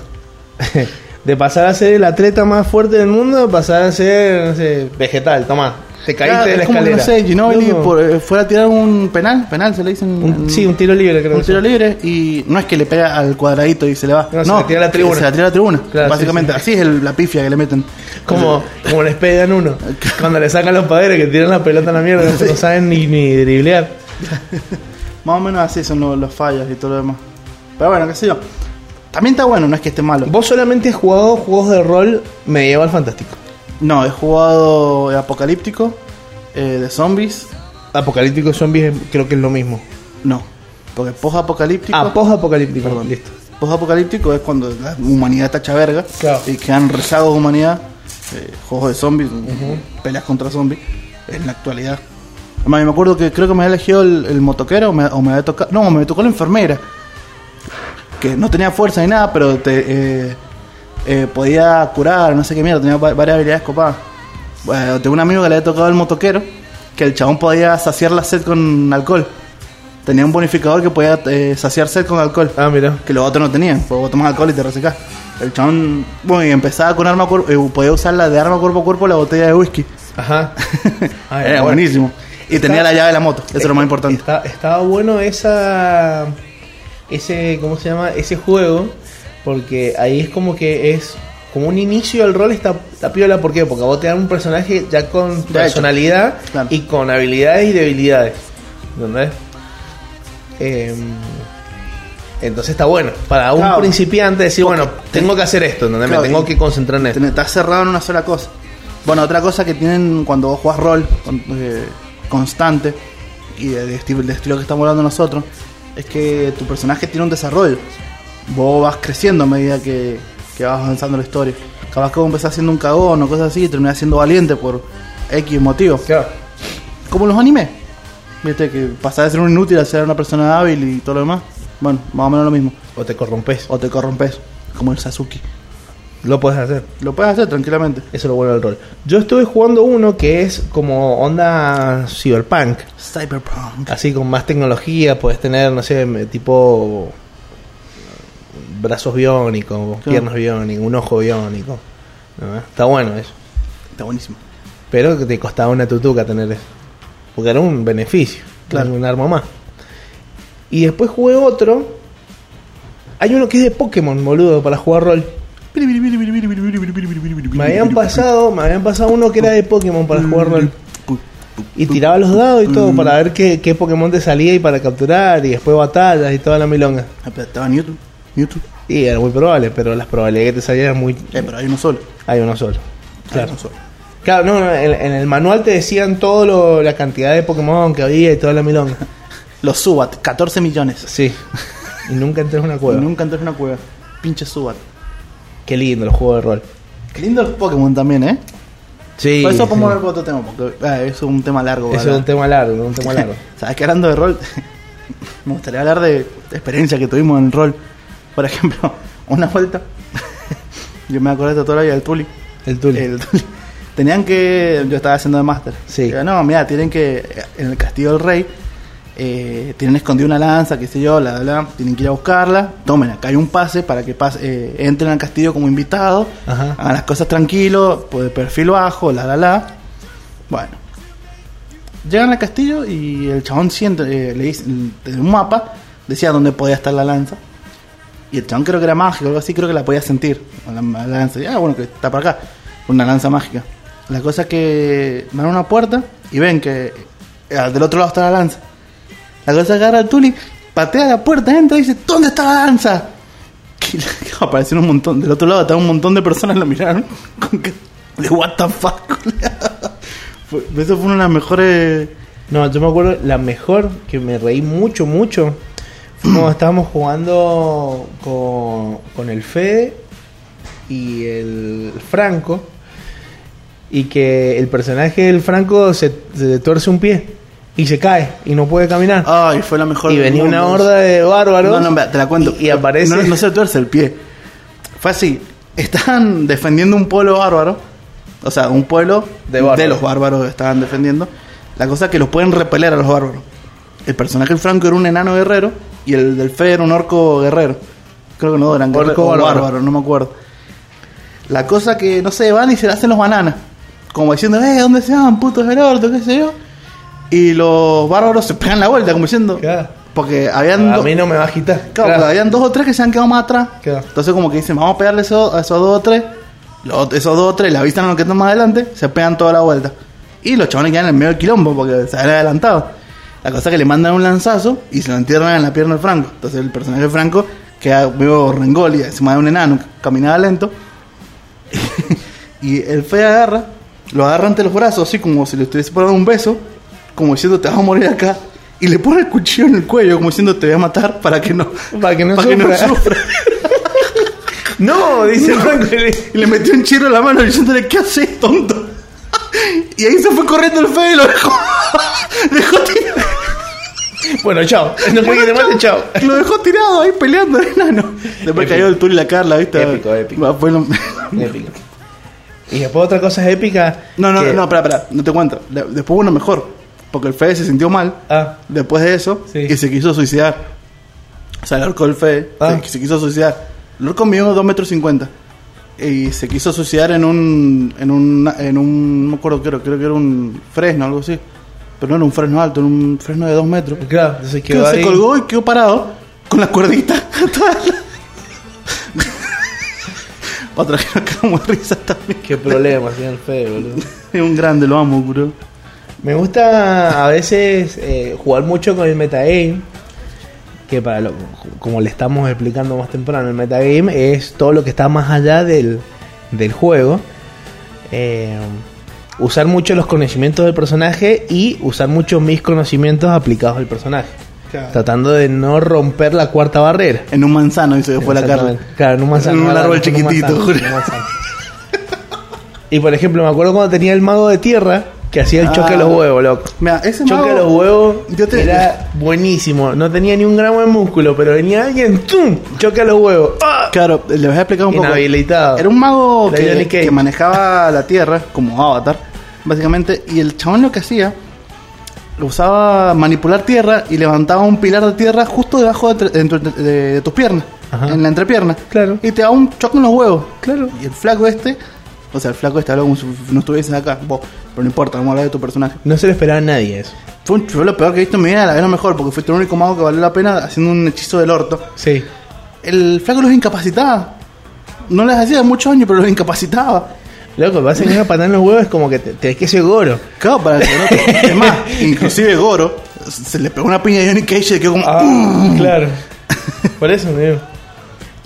De pasar a ser la treta más fuerte del mundo, a pasar a ser, no sé, vegetal, toma, te caíste Claro, de la es como, escalera. no sé, Ginobili Loco, por- eh, fuera a tirar un penal, penal se le dicen. un- sí, un tiro libre, creo. un que tiro es. libre y no es que le pega al cuadradito y se le va. No, se la tira a la tribuna. Se la tira a la tribuna. Claro, Básicamente, sí, sí. así es el- la pifia que le meten. Como, como les pegan uno. Cuando le sacan los padres que tiran la pelota a la mierda, no saben ni, ni driblear. Más o menos así son los, los fallos y todo lo demás. Pero bueno, qué sé yo. También está bueno, no es que esté malo. Vos solamente has jugado juegos de rol medieval fantástico. No, he jugado de apocalíptico, eh, de zombies. Apocalíptico y zombies creo que es lo mismo. No, porque post-apocalíptico. Ah, post-apocalíptico. Perdón. Listo. Post-apocalíptico es cuando la humanidad está hecha verga Claro. y quedan rezagos de humanidad. eh, juegos de zombies, peleas contra zombies en la actualidad. Además, me acuerdo que creo que me había elegido el, el motoquero o me, o me había tocado. No, me tocó la enfermera. Que no tenía fuerza ni nada, pero te eh, eh, podía curar, no sé qué mierda, tenía va- varias habilidades copadas. Bueno, tengo un amigo que le había tocado el motoquero, que el chabón podía saciar la sed con alcohol. Tenía un bonificador que podía eh, saciar sed con alcohol Ah, mira. que los otros no tenían, porque vos tomás alcohol y te resecás. El chabón, bueno, y empezaba con arma cuerpo, eh, podía usarla de arma cuerpo a cuerpo la botella de whisky. Ajá. Ah, Era bueno. eh, buenísimo. Y tenía la llave de la moto, eso es lo más importante. Está- estaba bueno esa. Ese. ¿Cómo se llama? Ese juego. Porque ahí es como que es. Como un inicio al rol está, está piola. ¿Por qué? Porque a vos te dan un personaje ya con hecho. personalidad Claro. y con habilidades y debilidades. ¿Entendés? Em, entonces está bueno. Para un Claro. principiante decir, bueno, tengo que hacer esto, ¿entendés? Claro, Me tengo y- que concentrar en esto. Tenés- Estás cerrado en una sola cosa. Bueno, otra cosa que tienen cuando vos jugás rol con- eh, constante y de, de esti- de estilo que estamos hablando nosotros, es que tu personaje tiene un desarrollo. Vos vas creciendo a medida que, que vas avanzando la historia. Capaz que vos empezás siendo un cagón o cosas así y terminás siendo valiente por X motivo. Claro. Como los animes. Viste que pasás de ser un inútil a ser una persona hábil y todo lo demás. Bueno, más o menos lo mismo. O te corrompes. O te corrompes, como el Sasuke. Lo puedes hacer. Lo puedes hacer tranquilamente. Eso lo bueno del rol. Yo estuve jugando uno que es como onda cyberpunk. Cyberpunk. Así con más tecnología, puedes tener, no sé, me- tipo brazos biónicos, Claro. piernas biónicas, un ojo biónico. ¿no? Está bueno eso. Está buenísimo. Pero que te costaba una tutuca tener eso. Porque era un beneficio. Claro. Claro. Un arma más. Y después jugué otro. Hay uno que es de Pokémon, boludo, para jugar rol. Me habían pasado, me habían pasado uno que era de Pokémon Mm, para jugar rol. Y tiraba los dados y todo para ver qué, qué Pokémon te salía y para capturar y después batallas y toda la milonga. Apretaba Newton. Newton. Y era muy probable, pero las probabilidades que te salían eran muy... Eh, pero hay uno solo. Hay uno solo. Hay Claro. uno solo. Claro, no, no, en, en el manual te decían todo lo- la cantidad de Pokémon que había y toda la milonga. Los Subat, 14 millones. Sí. Y nunca entré en una cueva. Nunca entré en una cueva. Pinche Subat. Qué lindo el juego de rol. Qué lindo el Pokémon también, ¿eh? Sí. Por eso sí. podemos hablar por otro tema, porque ah, es un tema largo. Eso es ¿verdad? un tema largo, un tema largo. Sabes que hablando de rol, me gustaría hablar de experiencia que tuvimos en rol. Por ejemplo, una vuelta, yo me acordé de toda la vida del Tuli. El Tuli. El Tuli. Tenían que. Yo estaba haciendo de máster. Sí. Digo, no, mira, tienen que. En el castillo del rey. eh, tienen escondida una lanza, qué sé yo, la, la, tienen que ir a buscarla. Tomen, acá hay un pase para que pase, eh, entren al castillo como invitados. Ajá. Hagan las cosas tranquilo, pues, de perfil bajo, la la la. Bueno, Llegan al castillo y el chabón siente, eh, le dice, desde un mapa decía dónde podía estar la lanza. Y el chabón creo que era mágico, algo así, creo que la podía sentir. con La, la lanza, y, ah, bueno, que está para acá. Una lanza mágica. La cosa es que van a una puerta y ven que eh, del otro lado está la lanza. La cosa es que agarra el tuli, patea la puerta, entra y dice, ¿dónde está la lanza? Que, que aparecieron un montón, del otro lado estaba un montón de personas, lo miraron con que, de what the fuck. Fue- Eso fue una de las mejores... No, yo me acuerdo, la mejor que me reí mucho, mucho, fue cuando estábamos jugando con, con el Fede y el Franco. Y que el personaje del Franco se, se tuerce un pie y se cae y no puede caminar. Ay, fue la mejor. y del venía Ah, mundo. una horda de bárbaros. No, no, mira, te la cuento. Y, y aparece. No, no se tuerce el pie. Fue así. Estaban defendiendo un pueblo bárbaro. O sea, un pueblo De bárbaros. los bárbaros que estaban defendiendo. La cosa es que los pueden repeler a los bárbaros. El personaje del Franco era un enano guerrero y el del Fede era un orco guerrero. Creo que no eran Orco guerreros, o bárbaro. bárbaros, no me acuerdo. La cosa que, no sé, van y se la hacen los bananas. Como diciendo, eh, ¿dónde se van, putos del orto, qué sé yo? Y los bárbaros se pegan la vuelta, como diciendo. Claro. Ah, Porque habían. a do- mí no me va a agitar. Claro, porque habían dos o tres que se han quedado más atrás. Claro. Entonces, como que dicen, vamos a pegarle esos, a esos dos o tres. Los- esos dos o tres le avisan a los que están más adelante, se pegan toda la vuelta. Y los chavales quedan en el medio del quilombo porque se habían adelantado. La cosa es que le mandan un lanzazo y se lo entierran en la pierna al Franco. Entonces, el personaje de Franco queda medio rengol y encima de un enano, caminaba lento. y el fe agarra, lo agarra ante los brazos, así como si le estuviese por dar un beso, como diciendo, te vas a morir acá. Y le pone el cuchillo en el cuello, como diciendo, te voy a matar para que no, Para que no sufra. sufra. No, dice el Franco. y le- Y le metió un chirro en la mano diciéndole, ¿qué haces, tonto? Y ahí se fue corriendo el fe y lo dejó. dejó tirado. Bueno, chao. No me quiere más, chao. Lo dejó tirado ahí peleando el enano. Después Épico. cayó el Tuli y la Carla, ¿viste? Épico, épico. Fue lo- Épico. Y después otra cosa épica. No, no, que- no, espera, espera, no te cuento. De- Después uno mejor, porque el Fede se sintió mal Ah. después de eso Sí. y se quiso suicidar. O sea, el orco del Fede Ah. se, se quiso suicidar. El orco midió 2 metros 50 y se quiso suicidar en un, en un, en un, no me acuerdo, creo, creo que era un fresno, algo así. Pero no era un fresno alto, era un fresno de 2 metros. Claro, entonces Creo quedó que se ahí. colgó y quedó parado con la cuerdita. Otra que nos quedamos de risa también. Qué problema, señor Fede, boludo. Es un grande, lo amo, bro. Me gusta a veces eh, jugar mucho con el metagame. Que para lo, como le estamos explicando más temprano, el metagame es todo lo que está más allá del, del juego. Eh, usar mucho los conocimientos del personaje y usar mucho mis conocimientos aplicados al personaje. Claro. Tratando de no romper la cuarta barrera. En un manzano, dice después la Carla. Exactamente. Claro, en un manzano. En un claro, árbol en un chiquitito, manzano, juro. en un manzano. Y por ejemplo, me acuerdo cuando tenía el mago de tierra, que hacía el choque Ah. a los huevos, loco. Mira, ese Choque a mago- los huevos Yo te- era buenísimo. No tenía ni un gramo de músculo, pero venía alguien, ¡tum! Choque a los huevos. ¡Ah! Claro, les voy a explicar un Inhabilitado. poco. Era un mago Era Johnny que, Cage. que manejaba la tierra como avatar, básicamente. Y el chabón lo que hacía, usaba manipular tierra y levantaba un pilar de tierra justo debajo de, entre- entre- de- de tus piernas, Ajá. en la entrepierna. Claro. Y te daba un choque en los huevos. Claro. Y el flaco este, o sea, el flaco este, habla como si no estuvieses acá, vos, pero no importa, vamos a hablar de tu personaje. No se lo esperaba a nadie eso. Fue, un, fue lo peor que he visto en mi vida, a la vez lo mejor, porque fuiste el único mago que valió la pena haciendo un hechizo del orto. Sí. El flaco los incapacitaba. No les hacía muchos años, pero los incapacitaba. Loco, vas a que una patada en los huevos es como que te, te que ese goro. Claro, para que no te- Es más, inclusive Goro se le pegó una piña a Johnny Cage y le quedó como. "Mm". claro. Por eso, me digo.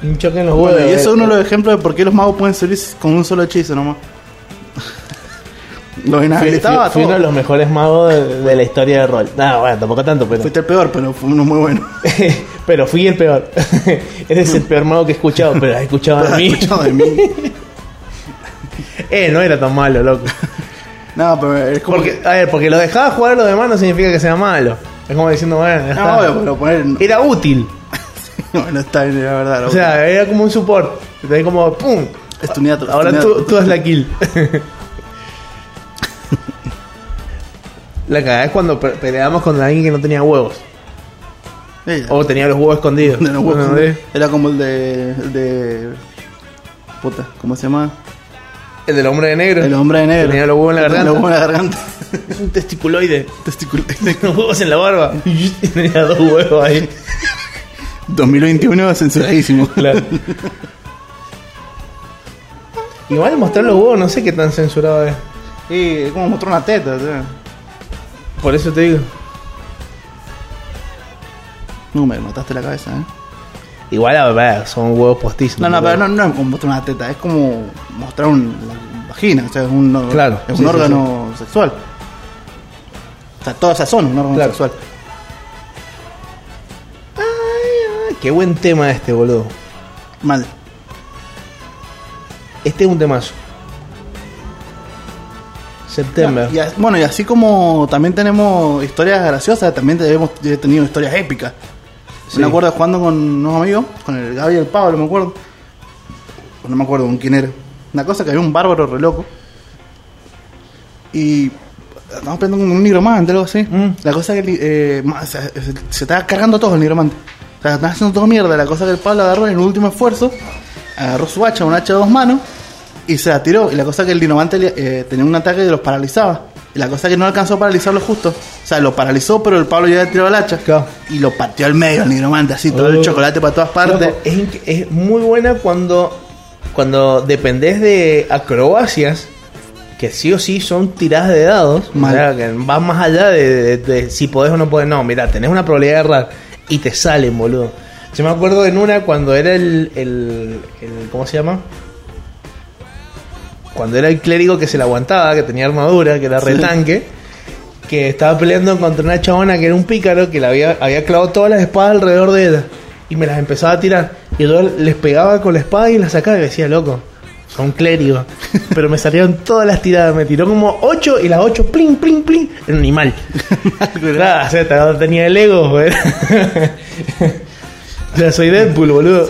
Un choque en los huevos. Bueno, y eso es eh, uno de los ejemplos de por qué los magos pueden salir con un solo hechizo nomás. Los Fui, fui- inhabilitaba a fui uno de todos. los mejores magos de, de la historia de rol. No, bueno, tampoco tanto, pero. Fuiste el peor, pero fue uno muy bueno. pero fui el peor. Eres el peor mago que he escuchado, pero has escuchado a mí. Escuchado de mí. Eh, no era tan malo, loco. No, pero es como. Porque, a ver, porque lo dejaba jugar a los demás no significa que sea malo. Es como diciendo, bueno, ya No, está. obvio, pero poner. No, Era útil. no está bien, la verdad. O sea, era como un support. Entonces, como, ¡pum! Estuneato, Ahora estuneato. tú, tú das la kill. la cagada es cuando pe- peleábamos con alguien que no tenía huevos. Sí, O tenía los huevos escondidos. De los huevos. Bueno, ¿eh? Era como el de. El de. Puta, ¿cómo se llama? El del hombre de negro. El hombre de negro. Tenía los huevos en la garganta. Los huevos en la garganta. Es un testiculoide. Testículo. Los huevos en la barba. Y tenía dos huevos ahí. 2021 censuradísimo. Claro. Igual mostrar los huevos, no sé qué tan censurado es. Y es como mostrar una teta, o sea. Por eso te digo. No, me mataste la cabeza, eh. Igual, a ver, son huevos postizos. No, no, pero no, no es como mostrar una teta, es como mostrar un, la vagina, o sea, es un, or- Claro, es un sí, sí, órgano sexual. O sea, toda esa zona es un órgano Claro. sexual. Ay, Qué buen tema este, boludo. Mal. Este es un temazo. September. Y as- bueno, y así como también tenemos historias graciosas, también te- hemos he tenido historias épicas. Sí. Me acuerdo jugando con unos amigos, con el Gaby y el Pablo, me acuerdo. O No me acuerdo con quién era. Una cosa que había un bárbaro re loco. Y estamos peleando con un nigromante, algo así. Mm. La cosa que el ni- eh, ma- se, se- se estaba cargando todo el nigromante. O sea, estaba haciendo todo mierda. La cosa que el Pablo agarró en el último esfuerzo, agarró su hacha, un hacha de dos manos, y se la tiró. Y la cosa que el nigromante le- eh, tenía un ataque que los paralizaba. Y la cosa que no alcanzó a paralizarlo justo. O sea, lo paralizó, pero el Pablo ya le tiró el hacha. Claro. Y lo partió al medio el nigromante, así todo el Oh. chocolate para todas partes. Loco, es, inc- es muy buena cuando, cuando dependés de acrobacias, que sí o sí son tiradas de dados. Mal. O sea, que vas más allá de, de- de si podés o no podés. No, mira, tenés una probabilidad de errar y te salen, boludo. Yo me acuerdo en una cuando era el, el- el- ¿Cómo se llama? Cuando era el clérigo que se la aguantaba, que tenía armadura, que era retanque. Que estaba peleando contra una chabona que era un pícaro que le había, había clavado todas las espadas alrededor de ella y me las empezaba a tirar. Y yo les pegaba con la espada y las sacaba y decía, loco, son clérigos. Pero me salieron todas las tiradas, me tiró como 8 y las 8, plin, plin, plin, era un animal. Claro, o sea, todavía no tenía el ego, güey. O sea, soy Deadpool, boludo.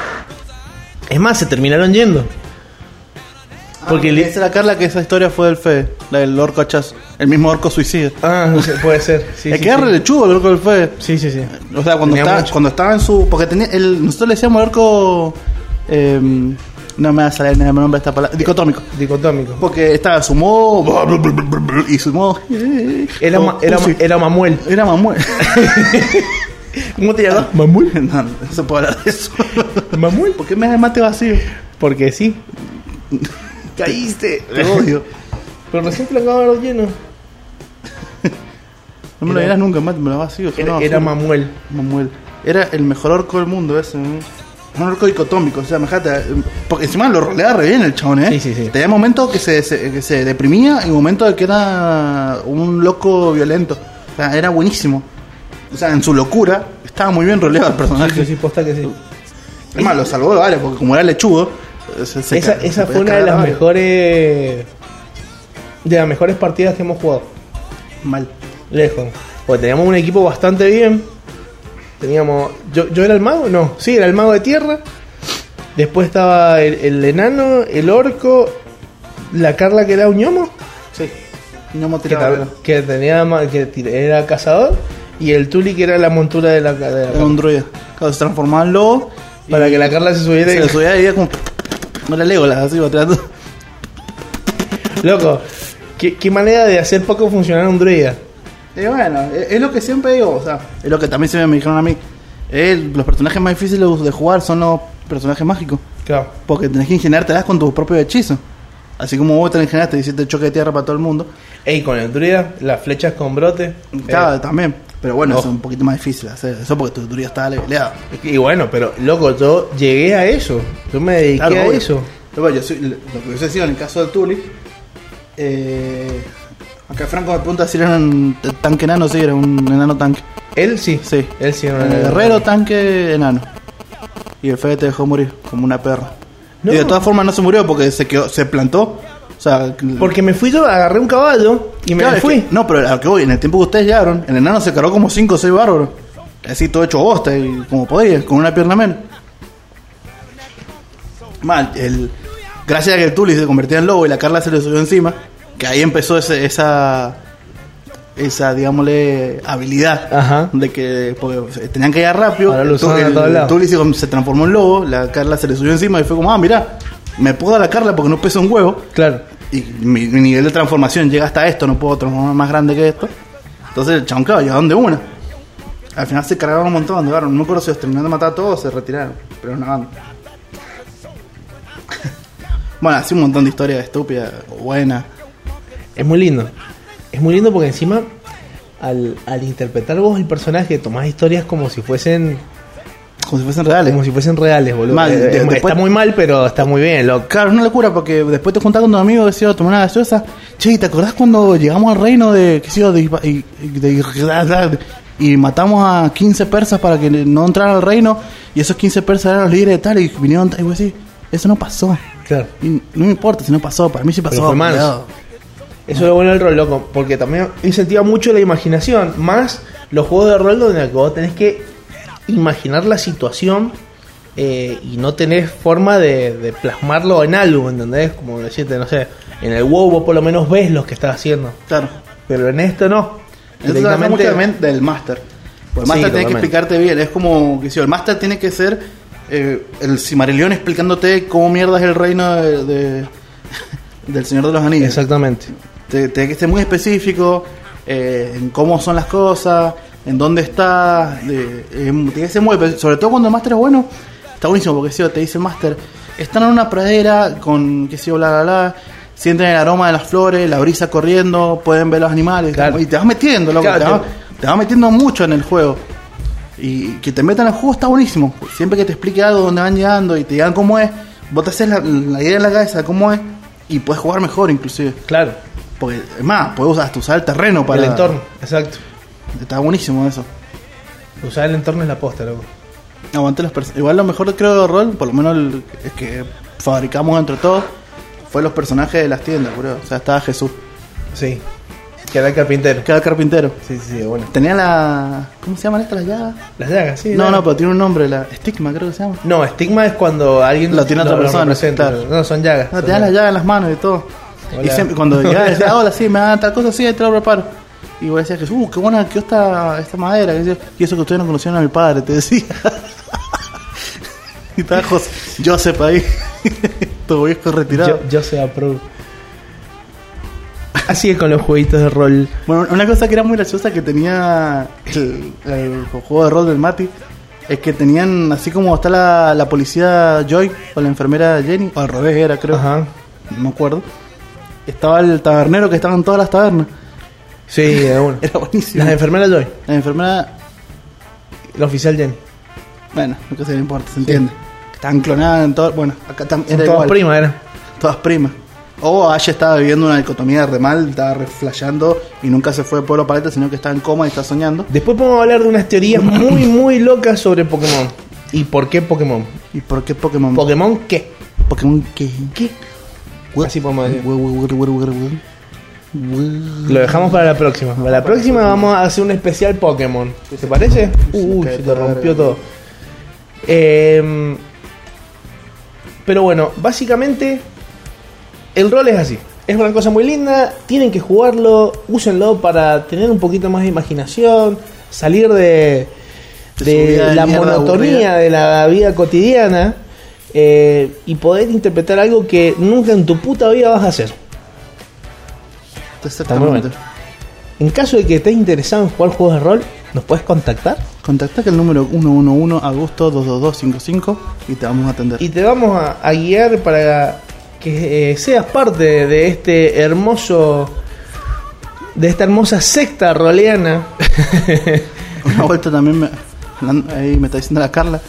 es más, se terminaron yendo. Porque Porque li- le dice la Carla que Ah, esa historia fue del Fede, la del orco hachazo, el mismo orco suicida. Ah, no sé, puede ser. Sí, es sí, que era sí. re lechudo el orco del Fede. Sí, sí, sí. O sea, cuando Tenía estaba, mucho. cuando estaba en su. Porque tenía. El, nosotros le decíamos orco. eh, no me va a salir el nombre de esta palabra. Dicotómico. Dicotómico. Porque estaba su modo. bla, bla, bla, bla, bla, Y su modo. Era, ma- era, ma- era Mamuel. Ah, Era Mamuel. ¿Cómo te llamas? no, no se puede hablar de eso. ¿Mamuel? ¿Por qué me das el mate vacío? Porque sí. Caíste. Te odio. Pero recién te lo acabo de dar lleno. No me lo Era- dirás nunca, mate, me lo vacío. Era, sonaba era así. Mamuel. Mamuel. Era el mejor orco del mundo ese. ¿no? Un orco dicotómico, o sea, majata. Porque encima lo roleaba re bien el chabón, ¿eh? Sí, sí, sí. Tenía momentos que se, se- que se deprimía y momentos de que era un loco violento. O sea, era buenísimo. O sea, en su locura estaba muy bien roleado el personaje. Sí, sí, posta que sí. Es más, lo salvó, vale, porque como era lechudo. eh, se- se esa ca- esa se fue una podía de cagar a las varios. mejores de las mejores partidas que hemos jugado. Mal. Lejos. Porque teníamos un equipo bastante bien. Teníamos. ¿Yo, yo era el mago? No. Sí, era el mago de tierra. Después estaba el, el enano, el orco, la Carla que era un ñomo, Sí. No me que, tiraba tab- que tenía ma- que tira- era cazador, y el Tuli que era la montura de la, de la Era un druida. Claro, se transformaba en lobo. y Para que la Carla se subiera Se y- le subía y era como. No la lego, así va tirando. Loco, ¿qué, qué manera de hacer poco funcionar un druida. Y bueno, e-, es, es lo que siempre digo, o sea, es lo que también se me dijeron a mí. Eh, los personajes más difíciles de jugar son los personajes mágicos. Claro. Porque tenés que ingeniártelas con tus propios hechizos. Así como vos te la ingeniaste y hiciste choque de tierra para todo el mundo. Ey, con el druida, las flechas con brote. Claro, eh, también. Pero bueno, Ojo. eso es un poquito más difícil de hacer. Eso porque tu tutoría está leveleada. Eh, y bueno, pero loco, yo llegué a eso. Yo me dediqué a obvio. eso. Pero bueno, yo soy- lo que hubiese sido en el caso del Tuli. Eh, acá Franco me pregunta si era un t- tanque enano. Sí, era un enano tanque. Él sí. Sí. Él sí era un Era guerrero, tanque, enano. Y el Fede te dejó morir como una perra. No. Y de todas formas no se murió porque se quedó, se plantó. O sea, Porque me fui yo, agarré un caballo y me Claro, es fui. que- no, pero a lo que voy, en el tiempo que ustedes llegaron, el enano se cargó como 5 o 6 bárbaros. Así todo hecho bosta, y como podía, con una pierna menos. Mal, el, gracias a que el Tuli se convertía en lobo y la Carla se le subió encima, que ahí empezó ese- esa, esa, digámosle, habilidad. Ajá. De que porque tenían que llegar rápido. Ahora lo el Tu- usaban a el todos lados. Tuli se, se transformó en lobo, la Carla se le subió encima y fue como, ah, mirá, me puedo dar a la Carla porque no pesa un huevo. Claro. Y mi, mi nivel de transformación llega hasta esto, no puedo transformar más grande que esto. Entonces el chabón, claro, llegaron de una. Al final se cargaron un montón, llegaron. No me acuerdo si los terminaron de matar a todos o se retiraron. Pero una banda. bueno, así un montón de historias estúpidas, buenas. Es muy lindo. Es muy lindo porque encima, al, al interpretar vos el personaje, tomás historias como si fuesen. Como si fuesen reales. Como si fuesen reales, boludo. Mal, Eh, de- es- después- Está muy mal, pero está muy bien, loco. Claro, es una locura porque después te juntás con tus amigos, decís, tomar una gaseosa. Che, ¿y ¿te acordás cuando llegamos al reino de, qué sé yo, de, Isba- y- y- de- y matamos a 15 persas para que no entraran al reino? Y esos 15 persas eran los líderes de tal y vinieron tal", y vos decís, eso no pasó. Claro. Y no me importa si no pasó, para mí sí pasó. Pero fue manso. cuidado. Eso es lo bueno del rol, loco, porque también incentiva mucho la imaginación, más los juegos de rol donde vos tenés que imaginar la situación eh, y no tenés forma de, de plasmarlo en algo, ¿entendés? Como decirte, no sé, en el WoW vos por lo menos ves lo que estás haciendo, Claro. pero en esto no. Eso se trata mucho Directamente- también del máster. Porque El Sí, máster tiene totalmente. que explicarte bien. Es como, que si el máster tiene que ser eh, el Cimarillón explicándote cómo mierda es el reino de, de- del Señor de los Anillos. Exactamente. Te- Tiene que ser muy específico eh, en cómo son las cosas, en dónde está. de- em, tiene que ser muy espe- Sobre todo cuando el máster es bueno, está buenísimo porque si te dice el máster, están en una pradera con, qué sé yo, bla, bla, bla. Sienten el aroma de las flores, la brisa corriendo, pueden ver los animales. Claro. como- Y te vas metiendo, loco, Claro, te, vas, te- te vas metiendo mucho en el juego. Y que te metan al juego está buenísimo. Siempre que te explique algo donde van llegando y te digan cómo es, vos te haces la, la idea en la cabeza de cómo es y puedes jugar mejor inclusive. Claro, Porque, es más, puedes usar- hasta usar el terreno para. el entorno, exacto. Está buenísimo eso. Usar el entorno es la posta, loco. Aguanté los pers- Igual lo mejor creo de rol, por lo menos el el que fabricamos entre todos, fue los personajes de las tiendas, bro. O sea, estaba Jesús, Sí, que era el carpintero. que era el carpintero. Sí, sí, sí, bueno. Tenía la. ¿Cómo se llaman estas las llaves? Las llagas, sí. no, dale. no, pero tiene un nombre, la estigma creo que se llama. No, estigma es cuando alguien Lo tiene otra persona, representa. claro. No, son llagas. Ah, son te dan las llagas. llaves en las manos y todo. Y Hola. siempre, cuando llegaba, decía, "Ah, hola, sí, me dan tal cosa, sí, ahí te lo preparo. Y vos decías, Jesús, uh, qué buena que esta, esta madera. Y, decía, "Y eso que ustedes no conocían a mi padre, te decía. y estaba José, Joseph ahí, tu viejo retirado. Yo, yo soy approve. Así es con los jueguitos de rol. Bueno, una cosa que era muy graciosa que tenía el, el juego de rol del Mati es que tenían, así como está la, la policía Joy o la enfermera Jenny, o al revés era, creo. Ajá. No me acuerdo. Estaba el tabernero que estaba en todas las tabernas. Sí, de una. Era buenísimo. Las La, enfermeras Joy, enfermera, el oficial Jenny. bueno, no que se le importa, se entiende. Estaban clonadas en todo. Bueno, acá también Son era todas igual. primas, era. Todas primas. O Aya estaba viviendo una dicotomía re mal, estaba reflejando y nunca se fue de Pueblo Paleta, sino que estaba en coma y está soñando. Después podemos hablar de unas teorías muy, muy locas sobre Pokémon. ¿Y por qué Pokémon? ¿Y por qué Pokémon? ¿Pokémon qué? Pokémon Mm. qué? ¿Qué? Así podemos decir. Wu- wu- wu- wu- wu- wu- wu- Lo dejamos para la próxima. Para la próxima vamos a hacer un especial Pokémon. ¿Te parece? Uy, se te rompió todo. Eh, pero bueno, básicamente el rol es así. Es una cosa muy linda, tienen que jugarlo, úsenlo para tener un poquito más de imaginación, salir de, De su vida de de la mierda monotonía aburrida. de la vida cotidiana eh, y poder interpretar algo que nunca en tu puta vida vas a hacer. muy Exactamente. bueno. En caso de que estés interesado en jugar juegos de rol, nos puedes contactar Contacta el número 111 agosto 22255 y te vamos a atender. y te vamos a, a guiar para que eh, seas parte de este hermoso, de esta hermosa secta roleana. Una vuelta también me, hablando- ahí me está diciendo la Carla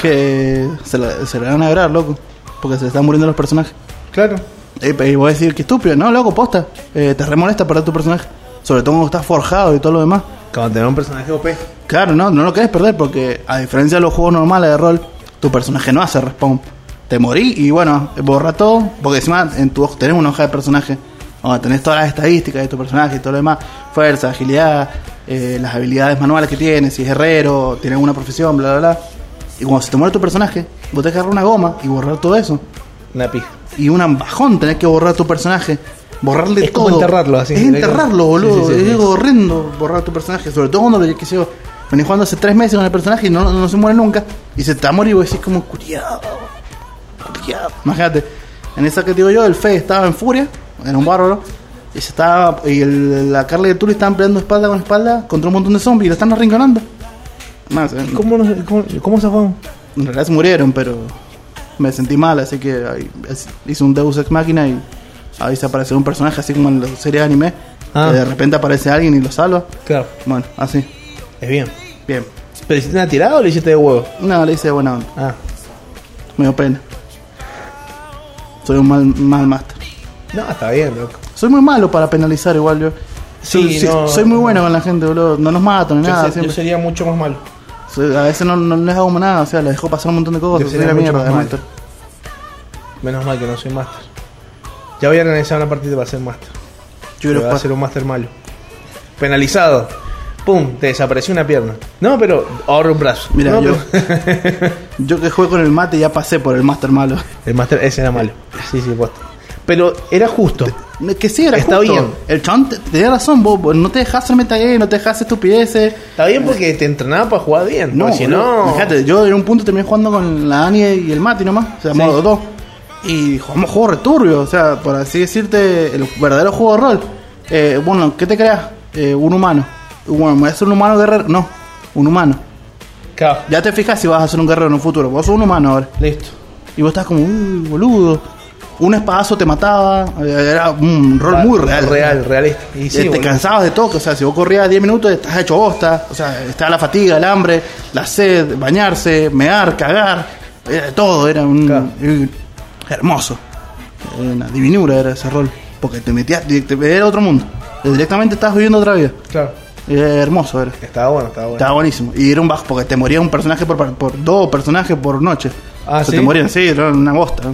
que se la, se la van a llorar, loco, porque se le están muriendo los personajes. claro. Y, pe- y voy a decir que estúpido, no, loco, posta. Eh, te remolesta perder tu personaje, sobre todo cuando estás forjado y todo lo demás. Cuando tenés un personaje OP. Claro, no, no lo querés perder porque a diferencia de los juegos normales de rol, tu personaje no hace respawn. Te morí y bueno, borra todo, porque encima en tu hoja tenés una hoja de personaje, donde tenés todas las estadísticas de tu personaje y todo lo demás, fuerza, agilidad, eh, las habilidades manuales que tienes, si es herrero, tienes alguna profesión, bla bla bla. Y cuando se te muere tu personaje, vos tenés que agarrar una goma y borrar todo eso. Una pija. Y un bajón tenés que borrar tu personaje. Borrarle Es todo. como enterrarlo, así, Es directo. enterrarlo, boludo. Sí, sí, sí, es sí. horrendo borrar tu personaje. Sobre todo cuando lo que se venís jugando hace tres meses con el personaje y no, no se muere nunca. Y se te va a morir y vos decís como, curiado. Curiado. Imagínate. En esa que te digo yo, el Fede estaba en furia. Era un bárbaro. Y se estaba. Y el- la Carla y el Tuli estaban peleando espalda con espalda contra un montón de zombies y lo están arrinconando. Más, eh, ¿Cómo, nos, cómo, cómo zafamos? en realidad se murieron, pero me sentí mal, así que ahí es- hice un Deus Ex Máquina y ahí se aparece un personaje, así como en la serie de anime, Ah. que de repente aparece alguien y lo salva. Claro, Bueno, así, es bien. bien. ¿Pero hiciste una tirada o le hiciste de huevo? No, le hice buena onda, Ah. me dio pena. Soy un mal, mal master. No, está bien, loco. Soy muy malo para penalizar igual yo. Sí, Yo- sí, no- soy muy bueno con la gente, boludo. No nos mato ni Yo, nada. se- yo siempre. sería mucho más malo. Soy- a veces no, no les hago nada, o sea, les dejo pasar un montón de Yo cosas. Soy sería una mucho mierda más de malo. master. Menos mal que no soy máster. Ya voy a analizar una partida para ser máster. Yo Pero quiero va a pas- ser un máster malo. Penalizado. Pum, te desapareció una pierna. No, pero ahorro un brazo. Mira, No, yo, pero- yo que juego con el mate ya pasé por el master malo. El máster ese era malo. Sí, sí, posta. Pero era justo. Que sí, era Está justo. bien. El chabón te- tenía razón, vos vos no te dejás ser metagame, no te dejás hacer estupideces. Está bien porque te entrenaba para jugar bien. No, No, si boludo. no. Fíjate, yo en un punto terminé jugando con la Dani y el Mati nomás, o sea, Sí. modo dos. Y jugamos juegos returbios, o sea, por así decirte, el verdadero juego de rol. Eh, bueno, ¿qué te creas? Eh, un humano. Bueno, ¿me voy a hacer un humano guerrero? No, un humano. Claro, Ya te fijas si vas a ser un guerrero en un futuro, vos sos un humano ahora. listo. Y vos estás como, uy, boludo. Un espadazo te mataba. eh, Era un rol Va, muy real. Este Real, realista. Y Y sí, te boludo. cansabas de todo. O sea, si vos corrías 10 minutos, estás hecho bosta. O sea, estaba la fatiga, el hambre, la sed, bañarse, mear, cagar. Era de todo. Era un. Claro. eh, hermoso. Era una divinura era ese rol. Porque te metías. direct- Era otro mundo. Directamente estabas viviendo otra vida. Claro. Era hermoso, era. Estaba bueno, estaba bueno. Estaba buenísimo. Y era un bajo, porque te moría un personaje por, par- por dos personajes por noche. Ah, se ¿sí? te morían, sí, era una bosta.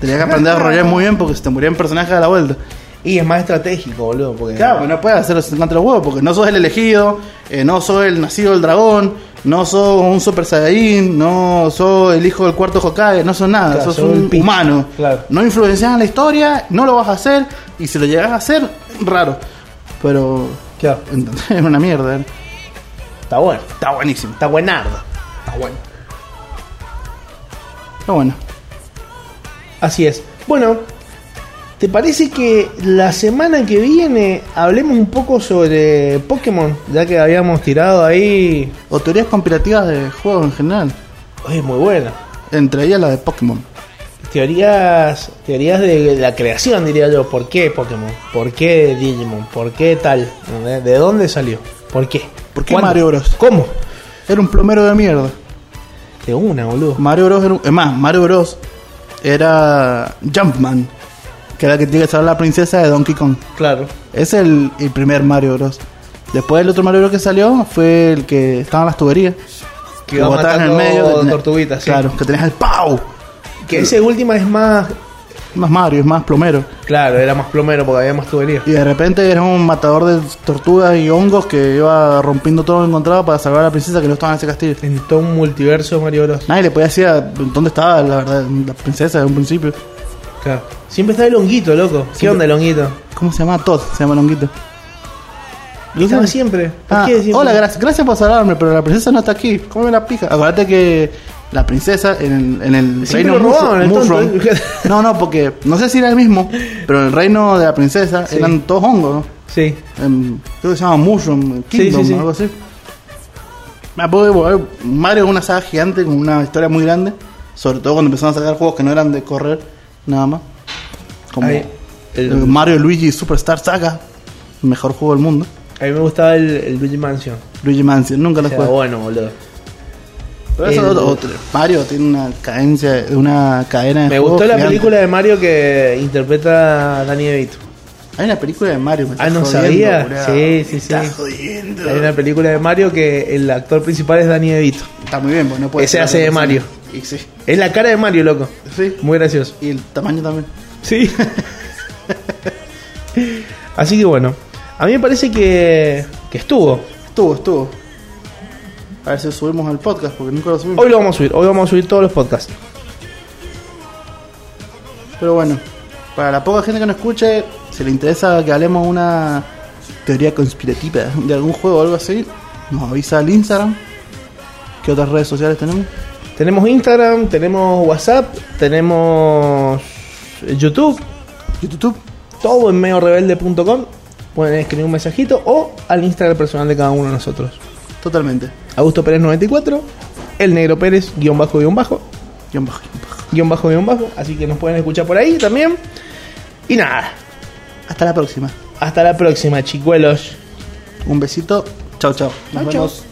Tenías que aprender a rolear muy bien porque se te morían personajes a la vuelta. Y es más estratégico, boludo. Porque Claro, pues no puedes hacer los los huevos porque no sos el elegido, eh, no sos el nacido del dragón, no sos un super saiyajin, no sos el hijo del cuarto Hokage, no sos nada, Claro, sos sos un un pi- humano. claro. No influencias en la historia, no lo vas a hacer y si lo llegas a hacer, raro. Pero Claro. es una mierda. eh. Está bueno. Está buenísimo. Está buenardo. Está bueno. Está bueno. Así es. Bueno, ¿te parece que la semana que viene hablemos un poco sobre Pokémon? Ya que habíamos tirado ahí. O teorías conspirativas de juegos en general. Oye, es muy buena. Entre ellas la de Pokémon. Teorías, teorías de la creación, diría yo. ¿Por qué Pokémon? ¿Por qué Digimon? ¿Por qué tal? ¿Eh? ¿De- ¿De dónde salió? ¿Por qué? ¿Por qué ¿Cuándo? Mario Bros? ¿Cómo? Era un plomero de mierda. De una, boludo. Mario Bros. Era un- es más, Mario Bros. era Jumpman, que era el que tiene que salvar a la princesa de Donkey Kong. Claro. Ese es el, el primer Mario Bros. Después el otro Mario Bros que salió fue el que estaba en las tuberías. Que iba botaban matando tenés- tortuguitas, sí. Claro, que tenías el Pau. Que ese última es más más Mario, es más plomero. Claro, era más plomero porque había más tubería. Y de repente era un matador de tortugas y hongos que iba rompiendo todo lo que encontraba para salvar a la princesa que no estaba en ese castillo. En todo un multiverso Mario Bros. Nadie le podía decir a- dónde estaba la verdad la princesa en un principio. Claro. Siempre está el honguito, loco. ¿Qué Siempre- onda el honguito? ¿Cómo se llama? Todd, se llama el honguito. Lo llama siempre. ¿Por Ah, qué siempre? Hola, gracias, gracias por salvarme, pero la princesa no está aquí. Cómeme la pija. Acuérdate que la princesa en el, en el Siempre reino lo Mufro- robaban, el tonto, Mufron- ¿eh? No, no, porque no sé si era el mismo, pero en el reino de la princesa Sí. eran todos hongos. ¿no? Sí. Em, creo que se llama Mushroom Kingdom Sí, sí, sí. o algo así. Ah, porque, bueno, Mario es una saga gigante con una historia muy grande. Sobre todo cuando empezaron a sacar juegos que no eran de correr, nada más. Como Ahí, el- el Mario Luigi Superstar Saga, el mejor juego del mundo. A mí me gustaba el, el Luigi Mansion. Luigi Mansion, nunca lo O sea, jugué. bueno, boludo. Pero eso el- es otro- otro. Mario tiene una cadencia, una cadena de Me juegos gustó la gigante. película de Mario que interpreta Danny DeVito. Hay una película de Mario. me Ah, estás no jodiendo, sabía. boludo. Sí, Me sí, estás sí. jodiendo. Hay una película de Mario que el actor principal es Danny DeVito. Está muy bien, pues no puede Ese ser hace otra de persona. Mario. Y sí. Es la cara de Mario, loco. Sí. Muy gracioso. Y el tamaño también. Sí. Así que bueno. A mí me parece que, que estuvo. Estuvo, estuvo. A ver si subimos al podcast, porque nunca lo subimos. Hoy lo vamos a subir. Hoy vamos a subir todos los podcasts. Pero bueno, para la poca gente que nos escuche, si le interesa que hablemos una teoría conspirativa de algún juego o algo así, nos avisa al Instagram. ¿Qué otras redes sociales tenemos? Tenemos Instagram, tenemos WhatsApp, tenemos YouTube. YouTube. todo en meorebelde.com. Pueden escribir un mensajito o al Instagram personal de cada uno de nosotros. Totalmente. Augusto Pérez 94, el negro Pérez, guión bajo, guión bajo, Guión bajo, guión bajo. guión bajo, guión bajo. Así que nos pueden escuchar por ahí también. Y nada, Hasta la próxima. hasta la próxima, chicuelos. Un besito. Chao, chao. Nos Chau, chau. vemos.